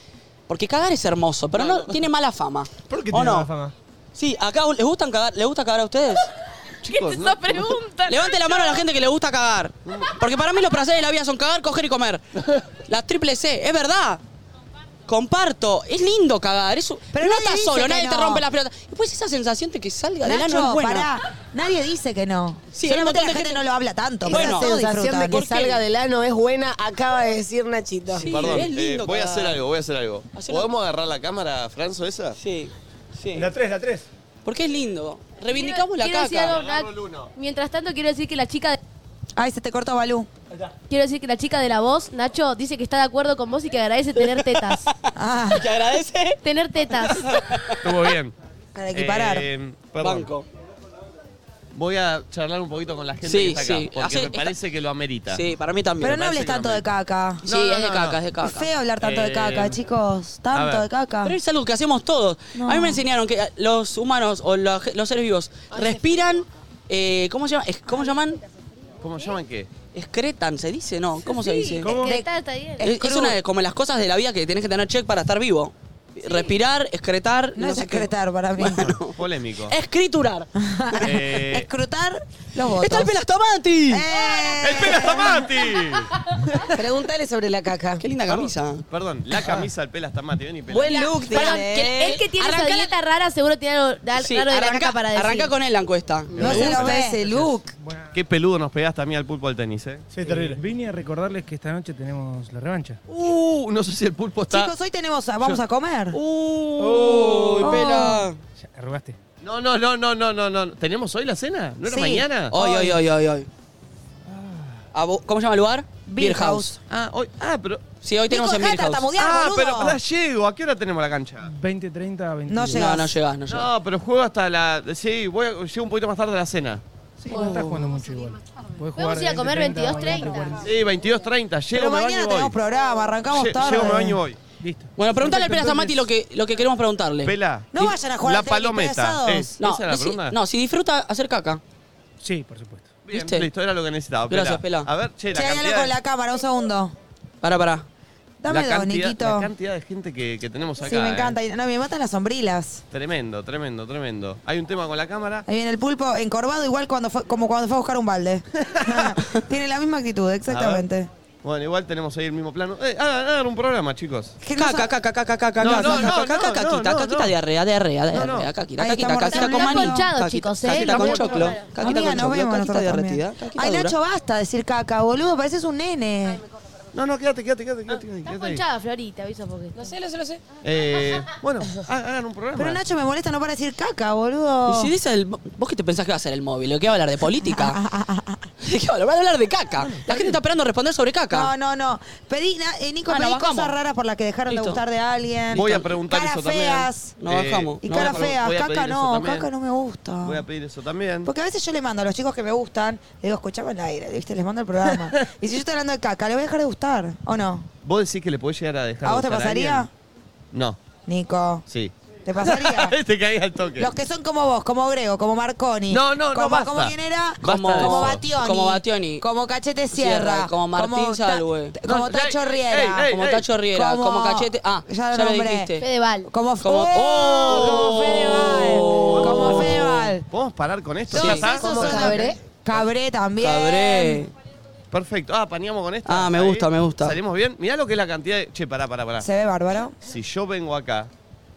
C: Porque cagar es hermoso,
A: Ah,
C: pero no tiene mala fama. ¿Por
H: qué
C: ¿O
H: tiene
C: no?
H: mala fama?
C: Sí, acá les gustan cagar, ¿les gusta cagar a ustedes?
A: Chicos,
C: no. Levante la mano a la gente que le gusta cagar. Porque para mí los placeres de la vida son cagar, coger y comer. La triple C, es verdad. Comparto, es lindo cagar, es un-
D: Pero
C: no
D: nadie
C: estás
D: dice
C: solo,
D: que
C: nadie te
D: no.
C: rompe las pelotas. Y pues esa sensación de que salga del ano es
D: Nacho,
C: buena.
D: pará. Nadie dice que no.
C: Sí, hay un
D: Solamente
C: montón
D: la
C: de
D: gente,
C: gente-
D: no lo habla tanto.
C: Bueno,
D: pero
B: La
D: todos
B: sensación de
D: disfrutan.
B: que salga del ano es buena, acaba de decir Nachito.
A: Perdón,
C: es lindo
A: eh, voy a
C: cagar.
A: hacer algo, voy a hacer algo.
C: Hacelo.
A: ¿Podemos agarrar la cámara, Franzo, esa?
C: Sí, sí.
H: La 3, la 3.
C: Porque es lindo. Reivindicamos
E: Quiero
C: la
E: decir
C: caca.
E: algo, Nat. Mientras tanto, quiero decir que la chica de
D: Ay, se te cortó Balú.
E: Quiero decir que la chica de la voz, Nacho, dice que está de acuerdo con vos y que agradece tener
D: (laughs)
E: tetas.
D: Ah.
C: ¿Que agradece?
E: Tener tetas.
A: Estuvo bien.
D: Para equiparar.
A: Eh, perdón.
C: Banco.
A: Voy a charlar un poquito con la gente
C: Sí,
A: que está acá,
C: sí.
A: porque
C: Hace-
A: me parece que lo amerita.
C: Sí, para mí también.
D: Pero no hables tanto de caca.
C: Sí, es de caca, es de caca.
D: Es feo hablar tanto de
C: Eh,
D: caca, chicos. Tanto
C: ver.
D: de caca.
C: Pero es algo que hacemos todos.
D: No.
C: A mí me enseñaron que los humanos o la- los seres vivos respiran. eh, ¿Cómo se llama? Es- ¿Cómo llaman?
A: ¿Cómo llaman qué?
C: Excretan, se dice, ¿no? ¿Cómo se dice?
E: Está, está bien.
C: Es, es una de como las cosas de la vida que tenés que tener check para estar vivo. Respirar, excretar.
D: No es
C: sé qué. (laughs)
D: excretar para mí.
A: Polémico.
D: (laughs)
C: Escriturar.
A: Eh,
D: Escrutar los votos.
C: ¡Está el pelastamati!
B: Eh.
A: ¡El Pelas Tamati!
D: Pregúntale sobre la caca.
C: Qué linda camisa.
A: Perdón, la camisa, el Pelas Tamati. Ven y pelas.
C: Ah. Buen look tiene.
E: Perdón,
D: eh.
E: que el que tiene esa
C: Arrancá la-
E: dieta rara seguro tiene algo da-
C: Sí,
E: raro de la
C: arranca,
E: caca para decir.
C: arranca con él la encuesta.
D: No se lo ve ese look.
A: Qué peludo nos pegaste a mí al pulpo al tenis, ¿eh?
G: Sí, terrible. Vine a recordarles que esta noche tenemos la revancha.
A: Uh, no sé si el pulpo está.
D: Chicos, hoy tenemos. a- vamos
A: Yo- Uh,
D: a comer. Oh.
A: Uy, pela.
G: Ya, arrugaste.
A: No, no, no, no, no, no, no. ¿Tenemos hoy la cena? ¿No era
C: Sí.
A: mañana?
C: Hoy, hoy, hoy, hoy, hoy. A vo- ¿Cómo se llama el lugar?
A: Beer House. Ah, hoy. Ah, pero.
C: Sí, hoy tenemos en Beer House.
A: Ah, pero pará, llego. ¿A qué hora tenemos la cancha?
G: 20.30 a 20.
D: No
C: No, no llegas, no llegas.
A: No, pero juego hasta la. Sí, voy a- llego un poquito más tarde a la cena.
G: Sí, no estás jugando mucho igual. Podés jugar
E: Vamos a ir a comer
G: 20:30,
E: 22.30.
A: Sí, 22.30. Llego,
D: Pero
A: me baño
D: mañana
A: y voy.
D: tenemos programa, arrancamos
A: Lle-
D: tarde.
A: Llego, me baño y voy.
G: Listo.
C: Bueno, preguntale al
G: Perfecto,
C: Pelas Tamati lo que, lo que queremos preguntarle.
A: Pela.
D: No vayan a jugar
A: La
D: al tenis,
A: palometa.
D: pedazados.
A: ¿Es-
C: No,
A: ¿Esa es la
C: si-
A: pregunta?
C: no, si disfruta hacer caca.
G: Sí, por supuesto.
A: Bien,
C: ¿viste?
A: listo, era lo que necesitaba. Pela.
C: Gracias, Pela.
A: A ver, che, la
D: Che, hay
A: cantidad.
D: algo con la cámara, un segundo.
C: Pará, pará.
D: Dame
A: la
D: dos,
A: cantidad,
D: Niquito.
A: la cantidad de gente que, que tenemos acá.
D: Sí, me encanta.
A: eh.
D: Y- No, me matan las sombrilas.
A: Tremendo, tremendo, tremendo. Hay un tema con la cámara.
D: Ahí viene el pulpo encorvado igual cuando fue, como cuando fue a buscar un
A: (laughs)
D: balde. (laughs) Tiene la misma actitud, exactamente.
A: Bueno, igual tenemos ahí el mismo plano. Eh, hagan, hagan un programa, chicos.
C: Caca, caca, caca, caca, caca,
A: No,
C: caca,
A: no, no,
C: caca, caca,
A: no,
C: caquita,
A: no,
C: caquita,
A: no.
C: diarrea, diarrea,
A: No, no.
C: diarrea, caquita,
D: Ahí
C: caquita,
D: estamos
C: caquita con
D: hablando.
C: maní.
E: Estamos
C: Caquita,
E: chicos, ¿eh?
C: Caquita con
E: Estamos
C: choclo,
E: hablando.
C: caquita con
D: Amiga, nos
C: choclo,
D: vemos
C: caquita
D: nosotros también.
C: derretida, caquita
D: Ay,
C: dura.
D: Nacho, basta de decir caca, boludo, pareces un nene.
A: No, no, quédate, quédate, quédate, quédate. quédate
E: Estás
A: ahí.
E: ponchada, Florita, aviso porque. No sé, lo sé, lo sé.
D: Ah.
A: Eh,
D: (laughs)
A: bueno, ha- hagan un programa.
D: Pero Nacho me molesta no para decir caca, boludo.
C: Y si dice el... ¿Vos qué te pensás que va a ser el móvil? ¿Qué va a hablar de
D: (laughs)
C: política? ¿De qué va a hablar? Va a hablar de caca. La gente está esperando responder sobre caca.
D: Ah. No, no, no. Pedí, na- eh, Nico,
C: Ah,
D: pedí
C: nos
D: cosas
C: bajamos.
D: raras por las que dejaron de
C: Listo.
D: gustar de alguien.
A: Voy a preguntar
D: Caras
A: eso también. Eh,
D: feas.
C: Nos bajamos.
D: Y
A: no,
D: caras
A: voy a-
D: feas.
A: voy a
D: Ah, Caca
A: pedir eso
D: no,
A: también.
D: caca no me gusta.
A: Voy a pedir eso también.
D: Porque a veces yo le mando a los chicos que me gustan, le digo, escuchame al aire, ¿viste? les mando el
A: (laughs)
D: programa. y si yo estoy hablando de caca, ¿le voy a dejar de gustar? ¿O no?
A: ¿Vos decís que le podés llegar a dejar
D: ¿A vos te
A: gustar
D: pasaría?
A: alguien? No,
D: Nico,
A: sí.
D: ¿te
A: (laughs)
D: pasaría?
A: te caí al toque.
D: Los que son como vos, como Grego, como Marconi.
A: No, no, no,
D: como,
A: basta.
D: como quién era?
A: Basta
D: como,
A: de eso.
D: Bationi.
C: Como Bationi.
D: Como Cachete
C: Sierra,
D: Sierra.
C: como Martín
D: Ta-
C: Salwe.
D: Como
C: No,
D: Tacho
C: ey,
D: Riera.
C: ey, ey, Como ey. Tacho Riera, como Cachete- ah,
D: ya
C: ya
D: lo
C: lo
D: nombré.
C: dijiste.
E: Fedeval.
D: Como,
C: Como-
D: oh, como Fedeval. Como Fedeval.
A: Oh. ¿Podemos parar con esto?
D: Todos
A: ¿Ya está?
D: esos son- Cabré también.
C: Cabré.
A: Perfecto. Ah, paneamos con esto.
C: Ah, me gusta, me gusta.
A: ¿Salimos bien? Mirá lo que es la cantidad de... Che, pará, pará, pará.
D: Se ve bárbaro.
A: Si yo vengo acá,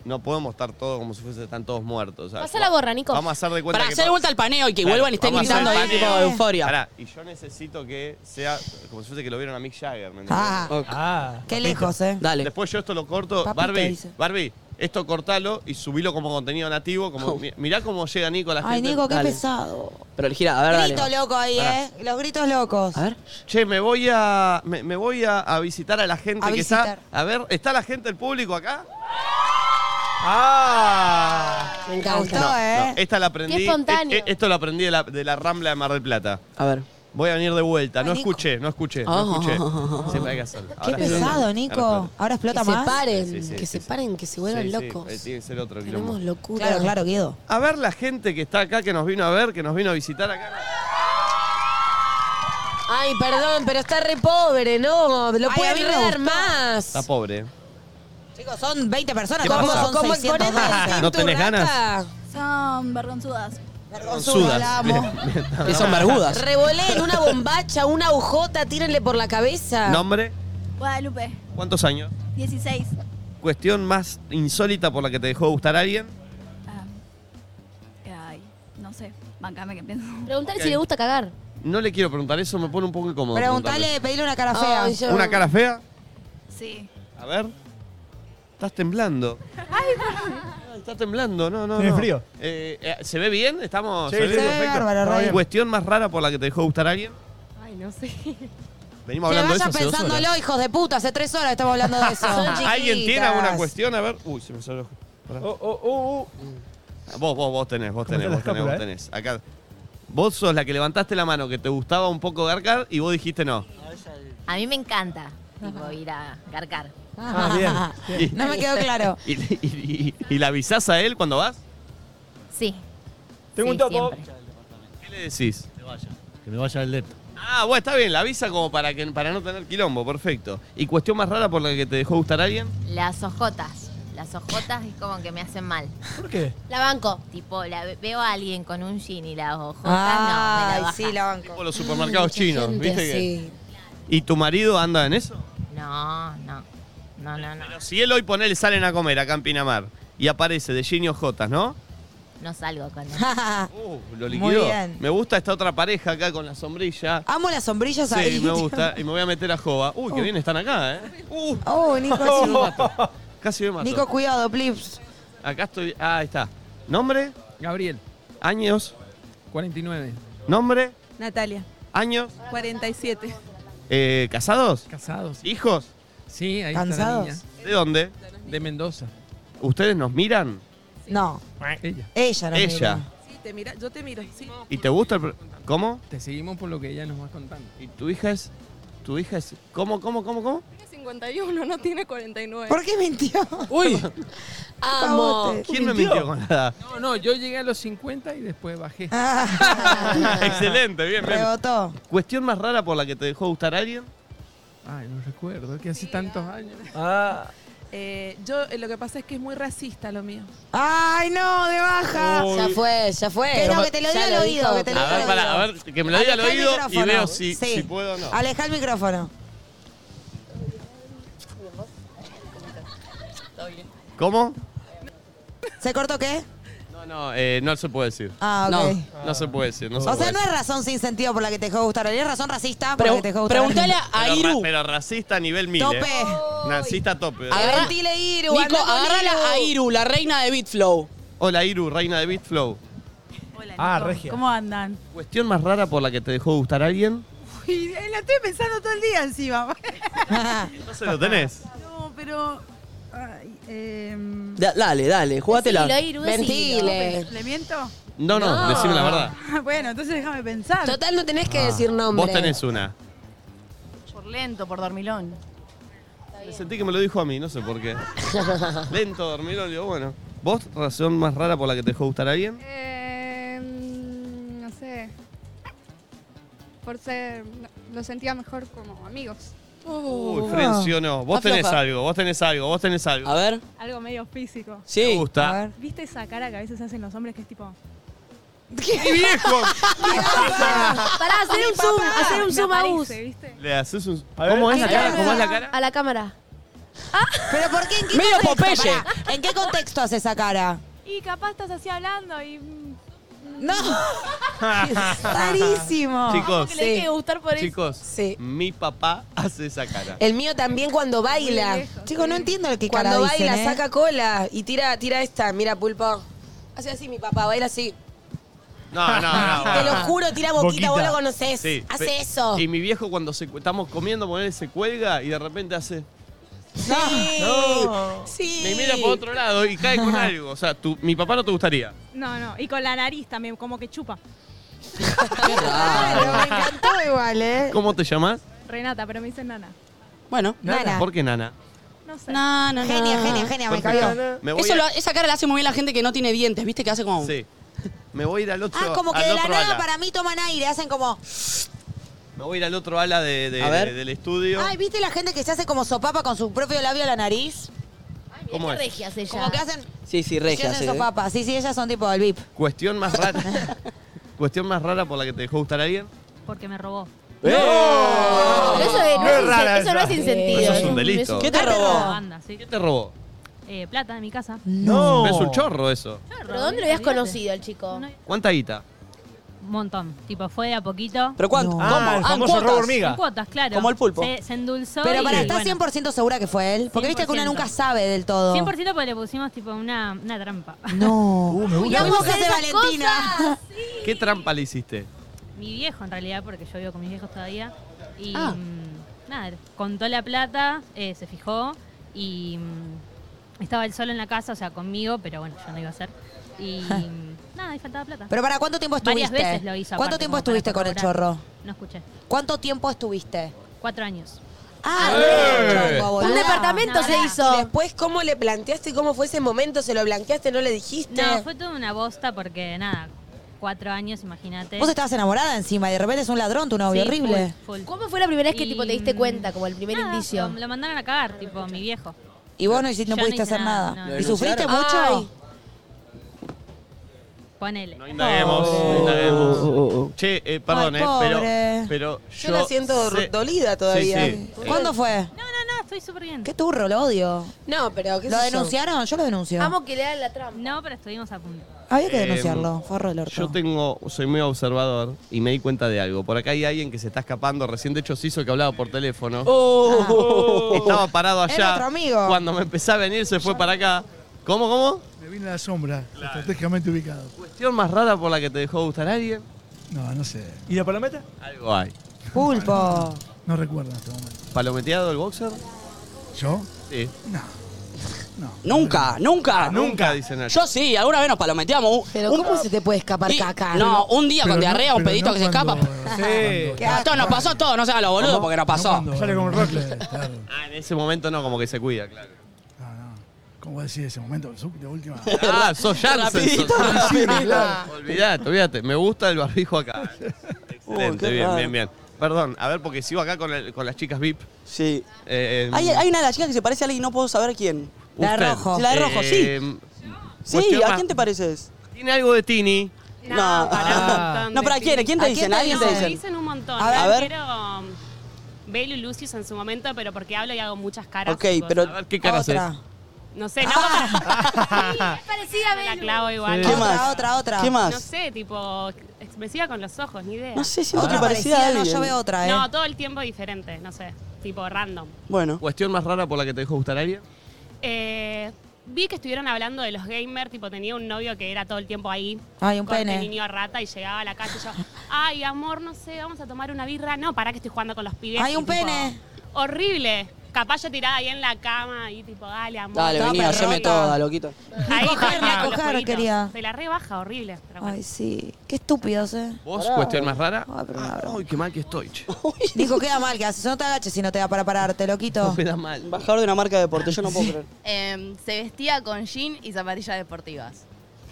A: no podemos estar todos como si fuese, están todos muertos. o sea,
E: Pasá la gorra, Nico.
A: Vamos a hacer de cuenta
C: Para
A: que
C: hacer
A: pa-
C: vuelta al paneo y que
A: Claro,
C: vuelvan y estén
A: vamos a hacer
C: gritando ahí
A: el
C: tipo
A: paneo.
C: euforia.
A: Pará, y yo necesito que sea como si fuese que lo vieron a Mick Jagger, ¿me entendés?
D: Ah,
G: Ah.
D: qué lejos, eh.
C: Dale.
A: Después yo esto lo corto.
D: Papita,
A: Barbie,
D: dice.
A: Barbie, esto cortalo y subilo como contenido nativo. Como, mi- Mirá cómo llega Nico a la
D: Oh. Ay,
A: gente.
D: Nico, qué
C: Dale.
D: pesado.
C: Pero gira, a ver, dale.
D: Grito loco ahí, eh. Los gritos locos.
C: A ver.
A: Che, me voy a. Me, me voy a, a visitar a la gente
D: A
A: que
D: visitar.
A: está. A ver, ¿está la gente, el público acá? ¡Ah!
D: Me encantó,
A: No,
D: eh.
A: no, esta la aprendí.
E: Qué espontáneo.
A: e- e- esto lo aprendí de la, de la Rambla de Mar del Plata.
C: A ver.
A: Voy a venir de vuelta. No
D: Ay, Nico.
A: escuché, no escuché,
C: Ah.
A: no escuché. Siempre hay que hacerlo.
D: Qué
A: Ahora-
D: pesado,
A: ahora
D: Nico.
A: explota.
D: Ahora explota
B: que
D: más.
B: se paren,
A: Sí, sí,
B: que
A: sí,
B: se
A: sí.
B: paren, que se vuelvan
A: Sí, sí,
B: locos.
A: eh, tiene que ser otro quilombo.
B: Tenemos locura.
D: Claro, claro, Guido.
A: A ver la gente que está acá, que nos vino a ver, que nos vino a visitar acá.
B: Ay, perdón, pero está re pobre, ¿no? Lo
D: Ay, a mí
B: pueden
D: me
B: dar
D: gustó.
B: más.
A: Está pobre. eh.
D: Chicos, son 20 personas,
A: ¿Qué
D: ¿cómo
A: pasa?
D: son
B: ¿Cómo
D: 600
B: exponete?
A: ¿No tenés ganas?
W: Son vergonzudas.
D: Vergonzuda, la amo.
C: Que son vergudas.
B: Revoleen una bombacha, una agujota, tírenle por la cabeza.
A: Nombre,
W: Guadalupe,
A: ¿cuántos años?
W: 16.
A: Cuestión más insólita por la que te dejó de gustar a alguien.
W: Ay, no sé, bancame que pienso.
E: Preguntale
A: Ok.
E: si le gusta cagar.
A: No le quiero preguntar eso, me pone un poco incómodo.
D: Preguntale, pedile una cara fea.
B: Ay, yo-
A: preguntarle. ¿Una cara fea?
W: Sí.
A: A ver. Estás temblando. Ay, Está temblando, no, no.
H: Tiene
A: no.
H: frío.
A: Eh, eh, ¿Se ve bien? Estamos.
H: Sí,
A: ¿se ve
H: sí,
A: bien?
D: Se ve
H: perfecto.
D: bárbaro,
H: Está
D: Rey.
H: bien.
A: ¿Cuestión más rara por la que te dejó de gustar a alguien?
W: Ay,
E: Ay, no sé.
A: Venimos hablando de eso
D: vayan
A: hace dos
D: pensándolo,
A: horas.
D: hijos de puta. Hace tres horas estamos hablando de
A: (laughs)
D: eso.
A: ¿Alguien tiene alguna cuestión? A ver. Uy, se me salió. el ojo. Pará.
H: Oh, oh, oh, oh.
A: Vos, vos, vos tenés, vos tenés,
H: está la
A: vos tenés, vos
H: escápula,
A: tenés. Acá. Vos sos la que levantaste la mano que te gustaba un poco garcar y vos dijiste no.
I: A mí me encanta tipo, ir a garcar.
A: Ah, bien.
D: No me quedó claro.
A: (laughs) ¿Y, y- y- y la avisás a él cuando vas?
I: Sí.
H: Tengo un
I: Sí,
H: topo.
A: ¿Qué le decís?
L: Que me vaya el depto.
A: Ah, bueno, está bien, la avisa como para que para no tener quilombo, perfecto. ¿Y cuestión más rara por la que te dejó gustar alguien?
I: Las ojotas. Las ojotas es como que me hacen mal.
H: ¿Por qué?
I: La banco. Tipo, la, ve- veo a alguien con un jean y las ojotas no, me la
D: Ay,
I: bajan.
D: sí, la banco.
A: Por los supermercados chinos,
D: Ah, gente
A: ¿viste que? ¿Y tu marido anda en eso?
I: No, no. No, no, no.
A: Pero si él hoy ponele salen a comer acá en Pinamar y aparece de Genio Jotas, ¿no?
I: No salgo con él.
A: (laughs) Uh, lo
D: Muy
A: liquidó.
D: bien.
A: Me gusta esta otra pareja acá con la sombrilla.
D: Amo las sombrillas ahí.
A: Sí, me gusta. Y me voy a meter a Jova. Uy, qué
D: Uh.
A: bien están acá, ¿eh? Uh.
D: (laughs) Oh, Nico,
A: Oh. Casi
D: sí.
A: me mato. Casi me mato.
D: Nico, cuidado, please.
A: Acá estoy. Ah, ahí está. ¿Nombre? Gabriel. ¿Años? 49. ¿Nombre?
X: Natalia,
A: ¿Años?
X: 47.
A: Eh, ¿Casados? Casados. ¿Hijos?
G: Sí, ahí
D: ¿Cansados?
G: está
A: ¿De dónde?
G: De Mendoza.
A: ¿Ustedes nos miran?
D: No.
G: Ella.
D: Ella
A: nos Ella. mira.
X: Sí, te mira, yo te miro. Sí.
A: ¿Y te gusta el... pro- ¿Cómo?
G: Te seguimos por lo que ella nos va contando.
A: ¿Y tu hija es...? ¿Tu hija es...? ¿Cómo, cómo, cómo, cómo?
X: Tiene 51, no tiene 49.
D: ¿Por qué mintió?
A: ¡Uy!
X: Amo.
A: ¿Quién me mintió con la edad?
G: No, no, yo llegué a los 50 y después bajé.
D: Ah.
A: (laughs) Excelente, bien, bien.
D: Rebotó.
A: ¿Cuestión más rara por la que te dejó gustar alguien?
G: Ay, no recuerdo, que hace tantos años.
A: Ah.
X: (laughs) Eh, yo eh, lo que pasa es que es muy racista lo mío.
D: Ay, no, de baja.
A: Uy. Ya
B: fue, ya fue.
D: Que no, que te lo
B: Ya
D: diga
B: lo
D: al oído.
B: dijo.
D: Que te lo
A: A
D: diga
A: ver,
D: al
A: para,
D: oído.
A: a ver, que me lo diga al
D: Alejá el
A: oído y
D: micrófono.
A: veo si,
D: Sí.
A: si puedo o no.
D: Alejá el micrófono.
A: ¿Cómo?
D: ¿Se cortó qué?
A: No, no, eh, no se puede decir.
D: Ah, ok.
A: No, no se puede decir. No se
D: O
A: puede
D: sea, no es
A: decir.
D: razón sin sentido por la que te dejó gustar. Es razón racista por la que te dejó gustar.
A: Pero ra- Pero racista a nivel mil.
D: Tope.
A: eh. Racista a tope.
C: Agarrá-
D: Iru,
C: Nico,
D: andá con
C: agarrala a Iru, la reina de Bitflow.
A: Hola, Iru, reina de Bitflow.
X: Ah, regia. ¿Cómo andan?
A: ¿Cuestión más rara por la que te dejó gustar alguien?
X: Uy, la estoy pensando todo el día
D: (laughs)
X: encima.
A: No se lo tenés.
X: no, pero. Ay, eh,
C: Da- dale, dale, jugátela.
X: Ventile. ¿Le miento?
A: No, no,
X: No.
A: decime la verdad.
X: (laughs) bueno, entonces déjame pensar.
B: Total, no tenés que
A: Ah.
B: decir nombre.
A: Vos tenés una.
X: Por lento, por dormilón.
A: Me sentí que me lo dijo a mí, no sé por qué. Lento, dormido, digo, bueno. ¿Vos razón más rara por la que te dejó gustar alguien?
Y: Eh, mm, no sé. Por ser. no- Lo sentía mejor como amigos.
X: Uh.
A: Uy, Frencio, no. Vos
X: Está
A: tenés
X: floja.
A: algo, vos tenés algo, vos tenés algo.
C: A ver.
X: Algo medio físico.
A: Sí. Me gusta. A ver.
X: ¿Viste esa cara que a veces hacen los hombres que es tipo. (laughs)
A: ¡Qué viejo!
E: Para hacer un zoom, hacer un zoom a Us.
A: Le haces un. ¿Cómo es la cara? ¿Cómo es la cara?
E: A la cámara.
D: ¿Pero por qué? ¿En qué
A: Medio
D: contexto?
A: Popeye.
D: Pará, ¿En qué contexto hace esa
A: (laughs)
D: cara?
X: Y capaz estás así hablando y. mm,
D: No. Ah, Rarísimo.
A: Chicos,
B: Que le deje de gustar por eso.
A: chicos, mi papá hace esa cara.
B: El mío también cuando baila.
D: Chicos, no entiendo el que
B: Cuando
D: cara
B: baila,
D: dicen, ¿eh?
B: saca cola y tira, tira esta. Mira, pulpo. Hace así mi papá, baila así.
A: No, no, no.
B: Te lo juro, tira boquita, vos lo conocés.
A: Sí,
B: Hace
A: pe-
B: eso.
A: Y mi viejo cuando se, cu- estamos comiendo, poner se cuelga y de repente hace.
B: Sí.
A: No.
B: Sí.
A: Me mira por otro lado y
E: (laughs)
A: cae con algo. O sea, tu- mi papá no te gustaría.
X: No, no. Y con la nariz también, como que chupa.
D: encantó igual, ¿eh?
A: ¿Cómo te llamas?
X: Renata, pero me dicen nana.
C: Bueno,
D: Nana.
A: ¿Por qué Nana?
X: No sé.
C: No, no, no.
D: Genia, genia, genia, me
A: Perfecto.
D: cambió.
A: Me voy
C: Eso
A: a-
C: lo- esa cara la hace muy bien la gente que no tiene dientes, ¿viste? Que hace como.
A: Sí. Me voy a ir al otro.
D: Ah, como que
A: al
D: de la
A: otro
D: nada
A: ala.
D: para mí toman aire, hacen como.
A: Me voy a ir al otro ala de, de-
C: A ver.
A: de- del estudio.
D: Ay, ¿viste la gente que se hace como sopapa con su propio labio a la nariz?
A: ¿Cómo es?
D: regias ella. Como que hacen.
C: Sí, sí,
D: se
C: regia.
D: hacen
C: hace, ¿eh?
D: sopapa. Sí, sí, ellas son tipo del VIP.
A: Cuestión más rara. Cuestión más rara por la que te dejó gustar alguien.
X: Porque me robó.
E: Pero eso es- no
A: No
E: es
A: es
E: insen-
A: rara
E: eso no
A: esa.
E: es incentivo.
A: Eso es un
E: un-
A: delito.
E: un-
A: ¿Qué te
E: Ah,
A: robó?
X: Banda, sí.
A: ¿Qué te robó?
X: Eh, plata de mi casa.
A: Mm. Es un chorro eso.
E: ¿Pero dónde lo habías conocido al chico?
A: ¿Cuánta guita?
X: Un montón. Tipo, fue de a poquito.
A: ¿Pero cuánto?
X: Ah,
A: ¿Cómo?
X: el
A: Ah,
X: famoso
A: cuotas.
X: robo hormiga. En cuotas, claro.
A: Como el pulpo.
X: Se, se endulzó.
D: Pero
X: y,
D: para, ¿estás
X: bueno,
D: 100% segura que fue él? Porque viste que una
X: 100%.
D: nunca sabe del todo.
X: 100% porque le pusimos tipo una, una trampa.
D: No.
X: gusta.
D: Lo mismo que
X: Cuidado
D: hace
X: con esas
D: (laughs) Valentina.
A: ¿Qué trampa ¿eh? le hiciste?
J: mi viejo en realidad, porque yo vivo con mis viejos todavía. Y
Y: Ah.
J: mm, nada, contó la plata, eh, se fijó y mm, estaba él solo en la casa, o sea, conmigo, pero bueno, yo no iba a ser. Y mm, nada, y faltaba plata.
D: Pero para cuánto tiempo estuviste?
J: Varias veces lo hizo.
D: ¿Cuánto
J: aparte, como
D: tiempo
J: para
D: estuviste con el
J: corroborar.
D: chorro?
J: No escuché.
D: ¿Cuánto tiempo estuviste?
J: Cuatro años.
D: Ah,
J: ¡Eh!
D: chongo,
J: Un
D: boluda.
J: departamento se hizo.
B: Y después, ¿cómo le planteaste? ¿Cómo fue ese momento? ¿Se lo blanqueaste? ¿No le dijiste?
J: No, fue toda una bosta porque nada, cuatro años, imagínate.
D: Vos estabas enamorada encima y de repente es un ladrón tu novio,
J: Sí,
D: horrible.
J: full, full.
E: ¿Cómo fue la primera vez que
J: Y,
E: tipo te diste cuenta, como el primer
J: nada,
E: indicio?
J: Lo, lo mandaron a cagar, tipo mi viejo.
D: Y vos no, hiciste, no
J: Yo no
D: pudiste
J: hice
D: hacer nada.
J: nada, no, no.
D: ¿Y sufriste
J: ¿Denunciaron?
D: mucho?
J: Ay. Ponele. No
A: Indaguemos, indaguemos.
C: Oh.
A: Che, eh, perdón,
J: Ay,
A: eh, pero,
J: pobre.
A: pero
B: Yo
A: yo...
B: la siento
A: sé-
B: dolida todavía.
A: Sí, sí. Eh,
D: ¿Cuándo fue?
J: no, estoy súper bien.
D: Qué turro, lo odio.
B: No, pero ¿qué
D: ¿Lo
B: sé yo?
D: denunciaron? Yo lo denuncio.
J: que le hagan la trampa. No, pero estuvimos a punto.
D: Había que
A: Eh,
D: denunciarlo, forro del orto.
A: Yo tengo, soy muy observador y me di cuenta de algo. Por acá hay alguien que se está escapando. Recién, de hecho, se hizo que hablaba por teléfono. (laughs) Estaba parado
D: Oh. Es
A: allá.
D: nuestro amigo.
A: Cuando me empecé a venir, se fue para acá. ¿Cómo, cómo?
M: Me vine a la sombra, estratégicamente ubicado.
A: Cuestión más rara por la que te dejó gustar a alguien.
M: No, no sé.
H: ¿Y la palometa?
A: Algo hay.
D: Pulpo.
M: No recuerdo en este momento.
A: ¿Palometeado el boxer?
M: ¿Yo?
A: Sí.
D: Ah,
C: Nunca, nunca.
A: Nunca, dice Nacho.
C: Yo sí, alguna vez nos palometeamos. un-
D: Pero
C: un-
D: ¿cómo se te puede escapar caca?
C: No, un día
D: Pero
C: con
D: no-
C: diarrea, un
D: pero
C: pedito
D: no
C: que se escapa.
A: Sí.
C: A todos nos pasó, a todos, no sean los boludos porque nos pasó.
M: Sale como un rocle.
A: Ah, en ese momento no, como que se cuida, claro.
M: ¿Cómo decís ese momento? De última.
A: Ah, sos Janssen.
M: Rapidito,
A: sos-
M: rapidito. Sí, claro.
A: Olvidate, olvidate. Me gusta el barbijo acá.
C: (laughs)
A: Excelente,
C: qué
A: bien,
C: raro.
A: bien, bien. Perdón, a ver, porque sigo acá con, el- con las chicas VIP.
C: Sí.
A: Eh,
C: Hay, hay una de las chicas que se parece a alguien y no puedo saber quién.
A: usted.
C: Mm. La de rojo, sí.
A: Eh,
C: Sí,
A: cuestión
C: ¿a
A: más-
C: quién te pareces?
A: Tiene algo de Tini.
C: No. (laughs) No, pero ¿a quién? ¿A quién te dicen? ¿A quién te
O: Me
C: dicen?
O: dicen un montón.
C: A ver. A ver.
O: Quiero um, Belu Lucius en su momento, pero porque hablo y hago muchas caras.
C: Ok, pero.
O: Otra. No
C: (laughs)
O: sé, no.
A: Ah,
O: es parecida a Belu. La clavo igual.
C: ¿Qué Otra, más? otra, otra. ¿Qué más?
O: No sé, tipo, expresiva con los ojos, ni idea.
C: No sé, siento que Otra Ah. parecida a parecida, no, alguien. yo veo otra, ¿eh?
O: No, todo el tiempo diferente, no sé. Tipo, random.
C: Bueno.
A: ¿Cuestión más rara por la que te dejó gustar a alguien?
O: Eh, vi que estuvieron hablando de los gamers, tipo tenía un novio que era todo el tiempo ahí.
D: Ay, un
O: corte
D: pene.
O: niño a rata y llegaba a la casa y yo, ay, amor, no sé, vamos a tomar una birra. No, para que estoy jugando con los pibes.
D: Ay,
O: Y,
D: un
O: tipo,
D: pene.
O: Horrible. Capaz yo tirada ahí en la cama y tipo, dale, amor.
C: Dale, vení, haceme toda, loquito.
O: Ahí
D: Coger,
O: dormía con los
D: coger,
O: jueguitos.
D: quería.
O: Se la rebaja, horrible. pero bueno.
D: Ay, sí. Qué estúpidos, eh.
A: ¿Vos? ¿Cuestión más rara?
C: Ah,
D: Ay, pero una
A: Ay, qué mal que estoy, che.
D: Dijo, queda mal que haces. No te agaches si no te da para pararte, loquito.
A: No queda mal.
C: Bajador de una marca de deporte, yo no puedo (laughs) creer.
J: Em, se vestía con jean y zapatillas deportivas.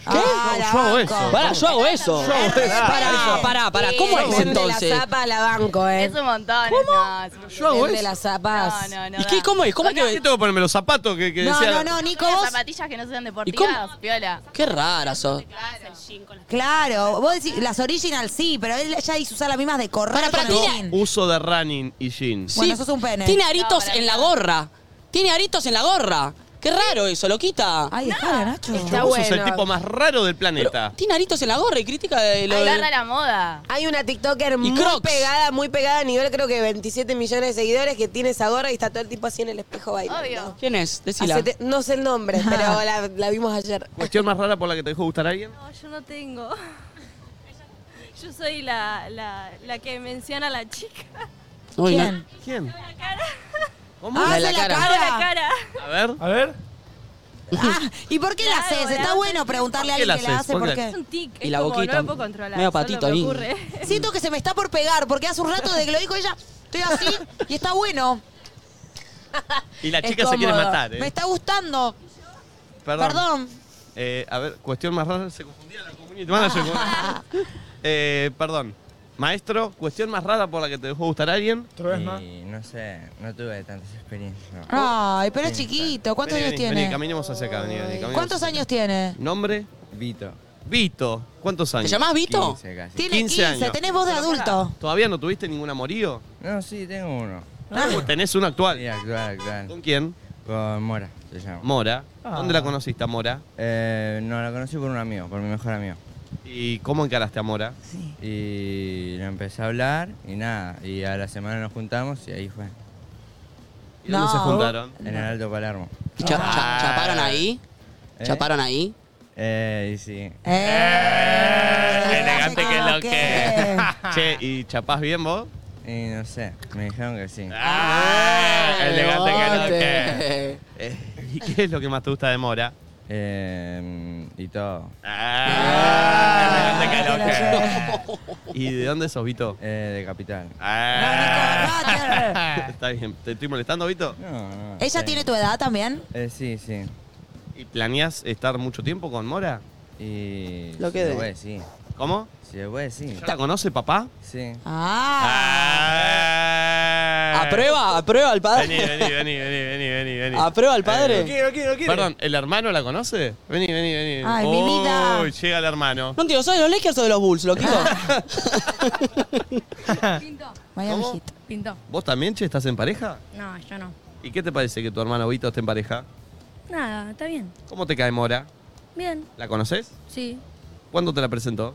C: ¿Qué? yo hago eso. Pará, yo hago eso.
J: Yo hago eso.
D: Ah,
C: Pará, pará, pará. ¿Cómo es entonces?
B: La zapa a la banco, ¿eh? Es
J: un montón.
B: ¿Cómo?
C: Yo hago
B: Vende
C: eso.
B: las zapas. No,
J: no,
C: ¿Y qué? ¿Cómo es? ¿Cómo es que.?
A: tengo que ponerme los zapatos que,
C: No,
A: decía?
C: no, no,
J: Nico, vos... zapatillas que no sean deportivas, piola.
C: Qué rara sos.
D: Claro, vos decís, las original sí, pero él ya dice usar las mismas de correr. Para, para,
A: Uso de running y jeans.
D: Bueno, sos un pene.
C: Tiene aritos en la gorra. Tiene aritos en la gorra. Qué raro eso, loquita.
D: Ay, dejala, Nacho.
A: Vos sos el tipo más raro del planeta.
C: Tiene aritos en la gorra y crítica de lo de...
B: la moda. Hay una TikToker muy pegada, muy pegada a nivel creo que 27 millones de seguidores que tiene esa gorra y está todo el tipo así en el espejo bailando. Obvio.
C: ¿Quién es? Decila.
B: no sé el
C: (laughs)
B: nombre, pero la, la vimos ayer.
A: ¿Cuestión más rara por la que te dejó gustar a alguien?
Q: No, yo no tengo. (laughs) Yo soy la, la, la que menciona a la chica.
C: Uy, no.
A: ¿Quién?
D: ¿Cómo?
C: La
D: Ah,
C: de la
D: la,
C: cara.
D: cara.
Q: La cara.
A: A ver.
H: A ver.
D: Ah, ¿y por qué la haces? Está bueno preguntarle a
A: ¿Por qué
D: alguien que
A: la
D: la hace,
A: haces?
D: ¿por
A: ¿Por
D: qué?
A: qué?
Q: Es un tic,
D: Y
Q: es
D: la
Q: como,
D: boquita,
Q: no lo puedo controlar.
D: medio
Q: solo
D: patito,
Q: me
D: ahí.
Q: ocurre.
D: Siento que se me está por pegar, porque hace un rato de que lo dijo ella, estoy así y está bueno.
A: Y la
D: Es
A: chica se quiere
D: cómodo.
A: matar, ¿eh?
D: Me está gustando. Perdón.
A: Eh, a ver, cuestión más rara. Se confundía la community manager
D: (laughs)
A: con- Eh, perdón. Maestro, cuestión más rara por la que te dejó gustar a alguien.
Z: Y no sé, no tuve tantas experiencias.
D: Ay, pero es chiquito. Ah, ¿Cuántos
A: Vení,
D: años
A: vení, Vení,
D: tiene?
A: caminemos hacia acá, vení, vení, caminemos
D: ¿Cuántos
A: hacia acá.
D: años tiene?
A: ¿Nombre?
Z: Vito.
A: Vito, ¿cuántos años?
Z: llamás Vito? 15 casi.
D: Tiene 15, tenés voz de
A: Pero pará,
D: adulto.
A: ¿Todavía no tuviste ningún amorío?
Z: No, sí, tengo uno.
A: Ah, ¿Tenés uno actual?
Z: Sí, actual, actual.
A: ¿Con
D: Eh,
A: quién?
Z: Con Ah, Mora, se llama.
A: Mora.
Z: Ah.
A: ¿Dónde la conociste, a Mora?
Z: Eh, no, la conocí por un amigo, por mi mejor amigo.
A: ¿Y cómo encaraste a Mora?
Z: Y le empecé a hablar y nada. Y a la semana nos juntamos y ahí fue.
A: ¿Y dónde se juntaron? Ah.
Z: En el Alto Palermo.
C: ¿Y cha- cha- chaparon ahí?
Z: ¿Eh?
C: ¿Chaparon ahí?
Z: Eh, y sí.
D: Eh,
Z: Ah, elegante que lo que.
A: Che, ¿y chapás bien vos?
Z: Y no sé, me dijeron que sí.
A: Ah, eh, Elegante que
Z: bote.
A: no. que- Eh, ¿Y qué es lo que más te gusta de Mora? Ah,
Z: Eh, y todo.
D: Ah,
A: elegante que no. que. (laughs) ¿Y de dónde sos, Vito?
Z: Eh, de Capital.
A: Ah. Está bien. ¿Te estoy molestando, Vito?
Z: No, no.
D: ¿Ella
Z: sí.
D: tiene tu edad también?
Z: Eh, sí, sí.
A: ¿Y planeás estar mucho tiempo con Mora?
Z: Y.
A: Lo
Z: si
A: que dé.
Z: Se puede, sí.
A: ¿Cómo?
Z: Si se puede, sí.
A: ¿Ya la conoce papá?
Z: Sí.
A: ¿Aprueba?
C: ¿Aprueba al padre?
A: Ah. Vení, vení, vení, vení, vení, vení, vení.
C: ¿Aprueba al padre?
A: Eh, Perdón, ¿el hermano la conoce? Vení, vení, vení.
C: Ay, mi vida.
A: Uy, llega el hermano.
C: No entiendo, ¿sos de los Lakers o de los Bulls, loquito?
D: Miami
A: ¿Cómo?
D: Heat.
N: Pintó.
A: ¿Vos también, che, estás en pareja?
N: No, yo no.
A: ¿Y qué te parece que tu hermano Vito esté en pareja?
N: Nada, está bien.
A: ¿Cómo te cae Mora?
N: Bien,
A: ¿La conoces?
N: sí,
A: ¿Cuándo te la presentó?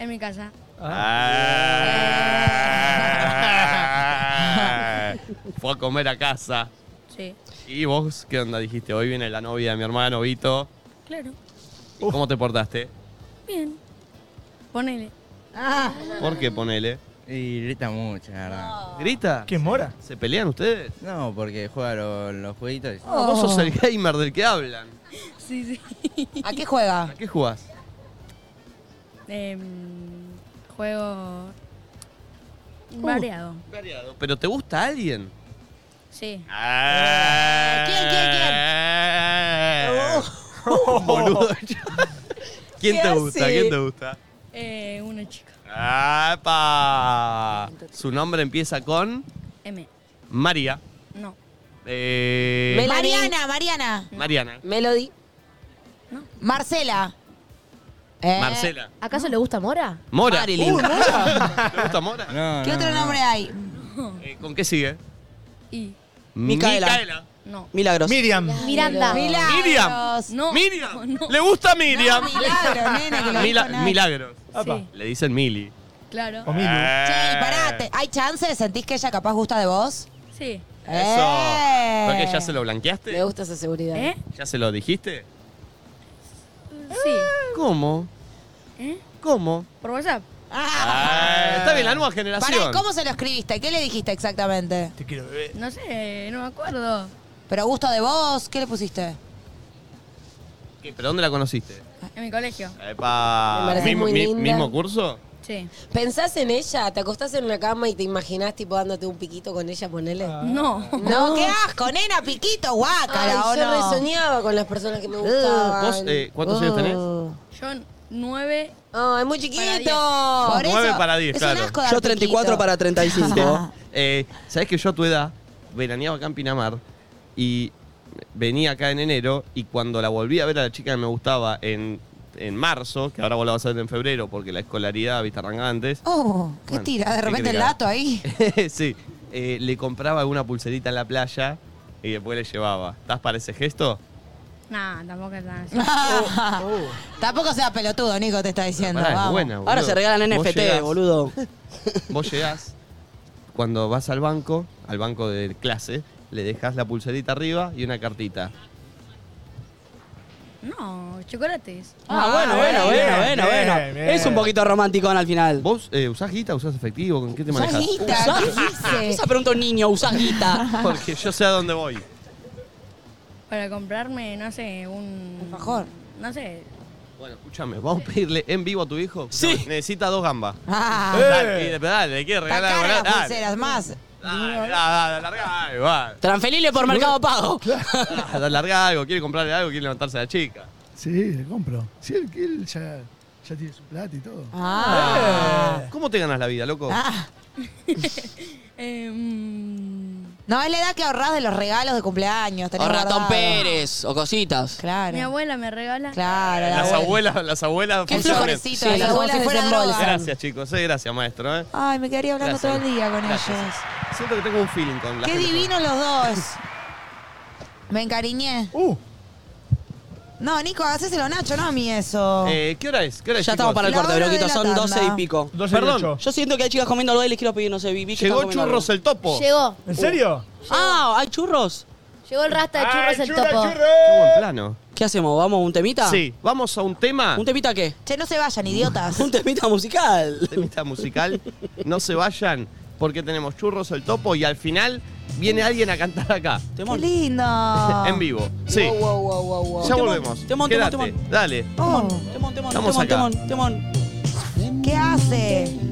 N: en mi
A: (laughs)
N: casa.
A: Ah. Fue a comer a casa.
N: Sí,
A: ¿Y vos qué onda dijiste? Hoy viene la novia de mi hermano Vito.
N: claro.
A: ¿Y ¿Cómo te portaste?
N: Bien. Ponele.
A: ¿Por qué ponele?
Z: Y grita mucho, la verdad.
A: ¿Grita?
Z: ¿Qué mora?
A: ¿Se pelean ustedes?
Z: No, porque juega lo- los jueguitos. y-
A: Ah, Vos sos el gamer del que hablan.
N: Sí, sí.
D: ¿A qué juega?
A: ¿A qué jugás?
N: Em, juego variado.
A: Variado. ¿Pero te gusta alguien?
N: Sí.
A: ¿Quién, Ah. (laughs) Boludo. ¿Quién
N: ¿Qué
A: te gusta?
N: hace?
A: ¿Quién te gusta?
N: Eh, una chica.
A: ¡Apa! Su nombre empieza con
N: M.
A: María.
N: No.
A: Eh,
D: Mariana, Mariana.
A: Mariana.
D: Melody. Marcela.
A: Marcela.
E: ¿Acaso le gusta Mora?
A: Mora.
D: Eh. Marilyn.
A: Uh, Mora. ¿Te gusta Mora?
D: ¿Qué otro nombre hay?
A: Eh, ¿Con qué sigue?
N: Y.
A: Micaela.
N: No.
C: Milagros.
A: Miriam.
N: Miranda.
D: Milagros.
A: Miriam.
N: No.
A: Miriam. Le gusta Miriam. (laughs)
D: Milagro,
N: Ah,
D: nena, que lo
A: Mila-
D: dijo nadie.
A: milagros. Le dicen Mili. Eh,
N: Claro.
A: Mili.
D: Che, y pará, te- ¿hay chance? ¿Sentís que ella capaz gusta de vos?
N: Sí.
A: Eso.
D: ¡Eh!
A: ¿Por qué ya se lo blanqueaste?
D: Me gusta esa seguridad.
N: ¿Eh?
A: ¿Ya se lo dijiste?
N: Sí.
A: ¿Cómo?
N: ¿Eh?
A: ¿Cómo?
N: Por WhatsApp.
A: Ah, está bien, la nueva generación.
D: Pará, ¿y ¿cómo se lo escribiste? ¿Qué le dijiste exactamente?
A: Te quiero
N: No sé, no me acuerdo.
D: ¿Pero gusto de vos? ¿Qué le pusiste?
A: ¿Pero dónde la conociste?
N: En mi colegio.
A: Epa.
B: Me parece
A: ¿Mismo,
B: muy
A: mi-
B: linda.
A: mismo curso?
N: Sí.
B: ¿Pensás en ella? ¿Te acostás en una cama y te imaginás tipo dándote un piquito con ella, ponele?
N: No.
D: No, qué asco, nena, piquito,
B: Ay,
D: guácala, ¿o
B: yo
D: no?
B: re soñaba con las personas que me gustaban.
A: ¿Vos eh, cuántos años tenés?
N: Yo nueve.
B: Ah, es muy chiquito.
N: Por
A: 9 para 10,
B: es un
A: claro.
B: asco dar Yo 34 piquito.
C: para 35.
A: eh, ¿Sabés que yo a tu edad veraneaba acá en Pinamar y venía acá en enero y cuando la volví a ver a la chica que me gustaba en, en marzo, que ahora vos la vas a ver en febrero porque la escolaridad, viste, arrancaba antes.
D: Oh, qué
A: Bueno,
D: tira, de
A: ¿qué
D: repente
A: querés
D: el
A: que haga?
D: dato ahí.
A: (laughs) sí. Eh, le compraba una pulserita en la playa y después le llevaba. ¿Estás para ese gesto?
N: Nah, tampoco es tan así.
D: Tampoco sea pelotudo, Nico, te está diciendo.
A: Pará, es
D: vamos.
A: buena, boludo.
C: Ahora se regalan
A: Vos
C: NFT,
A: llegás-
C: boludo.
A: (laughs) Vos llegás, cuando vas al banco, al banco de clase, le dejas la pulserita arriba y una cartita.
N: No, chocolates.
C: Ah, bueno, bueno,
A: bien,
C: bueno, bueno,
A: bien,
C: bueno.
A: bien.
C: Es un poquito romántico al final.
A: ¿Vos eh, usás guita, usás efectivo? ¿Con (laughs) qué te manejas?
C: Usá- Esa pregunta a un niño, usás guita.
A: Uh, Porque yo sé a dónde voy.
N: Para comprarme, no sé, un. Un
D: fajor.
N: No sé.
A: Bueno, escúchame, vamos a pedirle en vivo a tu hijo. Sí. Necesita dos gambas.
D: Ah.
C: Eh.
A: Dale, pide, dale, le quiere regalar
D: Cara, las
A: algo, dale.
D: pulseras más.
A: Dale, dale, larga algo. dale.
C: Transferile por Mercado Pago.
A: Dale, Larga algo, quiere comprarle algo, quiere levantarse a la chica.
M: Sí, le compro. Sí, él, él ya, ya tiene su plata y todo.
C: Ah.
A: Eh, ¿Cómo te ganas la vida, loco?
D: No, es la edad que ahorrás de los regalos de cumpleaños. tenés
C: O Ratón
D: guardado.
C: Pérez, o cositas.
D: Claro.
N: Mi abuela me regala.
D: Claro, la
A: Las
D: abuela.
A: abuelas, las abuelas
D: Qué
A: funcionan.
D: florecito, Sí, las como abuelas Ah. si fuera desembolsan. droga.
A: Gracias, chicos, eh, gracias, maestro. eh.
D: Ay, me quedaría hablando
A: Gracias.
D: todo el día con
A: Gracias.
D: ellos.
A: Siento que tengo un feeling con la
D: Qué
A: gente joven.
D: divinos los dos.
A: (laughs)
D: Me encariñé. No, Nico, hacéselo a Nacho, no a mí eso.
A: Eh, ¿Qué hora es? ¿Qué hora es,
C: Ya estamos
A: chicos?
C: para el
D: La
C: corte,
D: hora
C: bloquito.
D: de la
C: Son
D: tanda.
C: 12 y pico.
A: 12 y Perdón. ocho.
C: Yo siento que hay chicas comiendo algo y les quiero pedir, no sé, vi vi que
A: Llegó
C: están comiendo
A: Churros
C: algo.
A: el Topo.
E: Llegó.
C: ¿En serio? Ah, ¿hay churros?
E: Llegó Ah, el rasta de churros el
A: churros,
E: topo.
A: Qué buen plano.
C: ¿Qué hacemos? ¿Vamos a un temita?
A: Sí, vamos a un tema.
C: ¿Un temita qué?
D: Che, no se vayan, idiotas.
C: un temita musical.
A: temita musical. No se vayan porque tenemos churros el topo y al final viene alguien a cantar acá.
D: ¡Qué lindo!
A: En vivo. Sí.
D: Wow, wow, wow, wow, wow.
A: Ya
D: Temón,
A: volvemos.
C: temón, temón,
A: Quédate.
C: temón.
A: Dale.
D: Oh,
C: Temón, temón,
A: Estamos acá.
C: temón, temón, temón.
D: ¿Qué hace?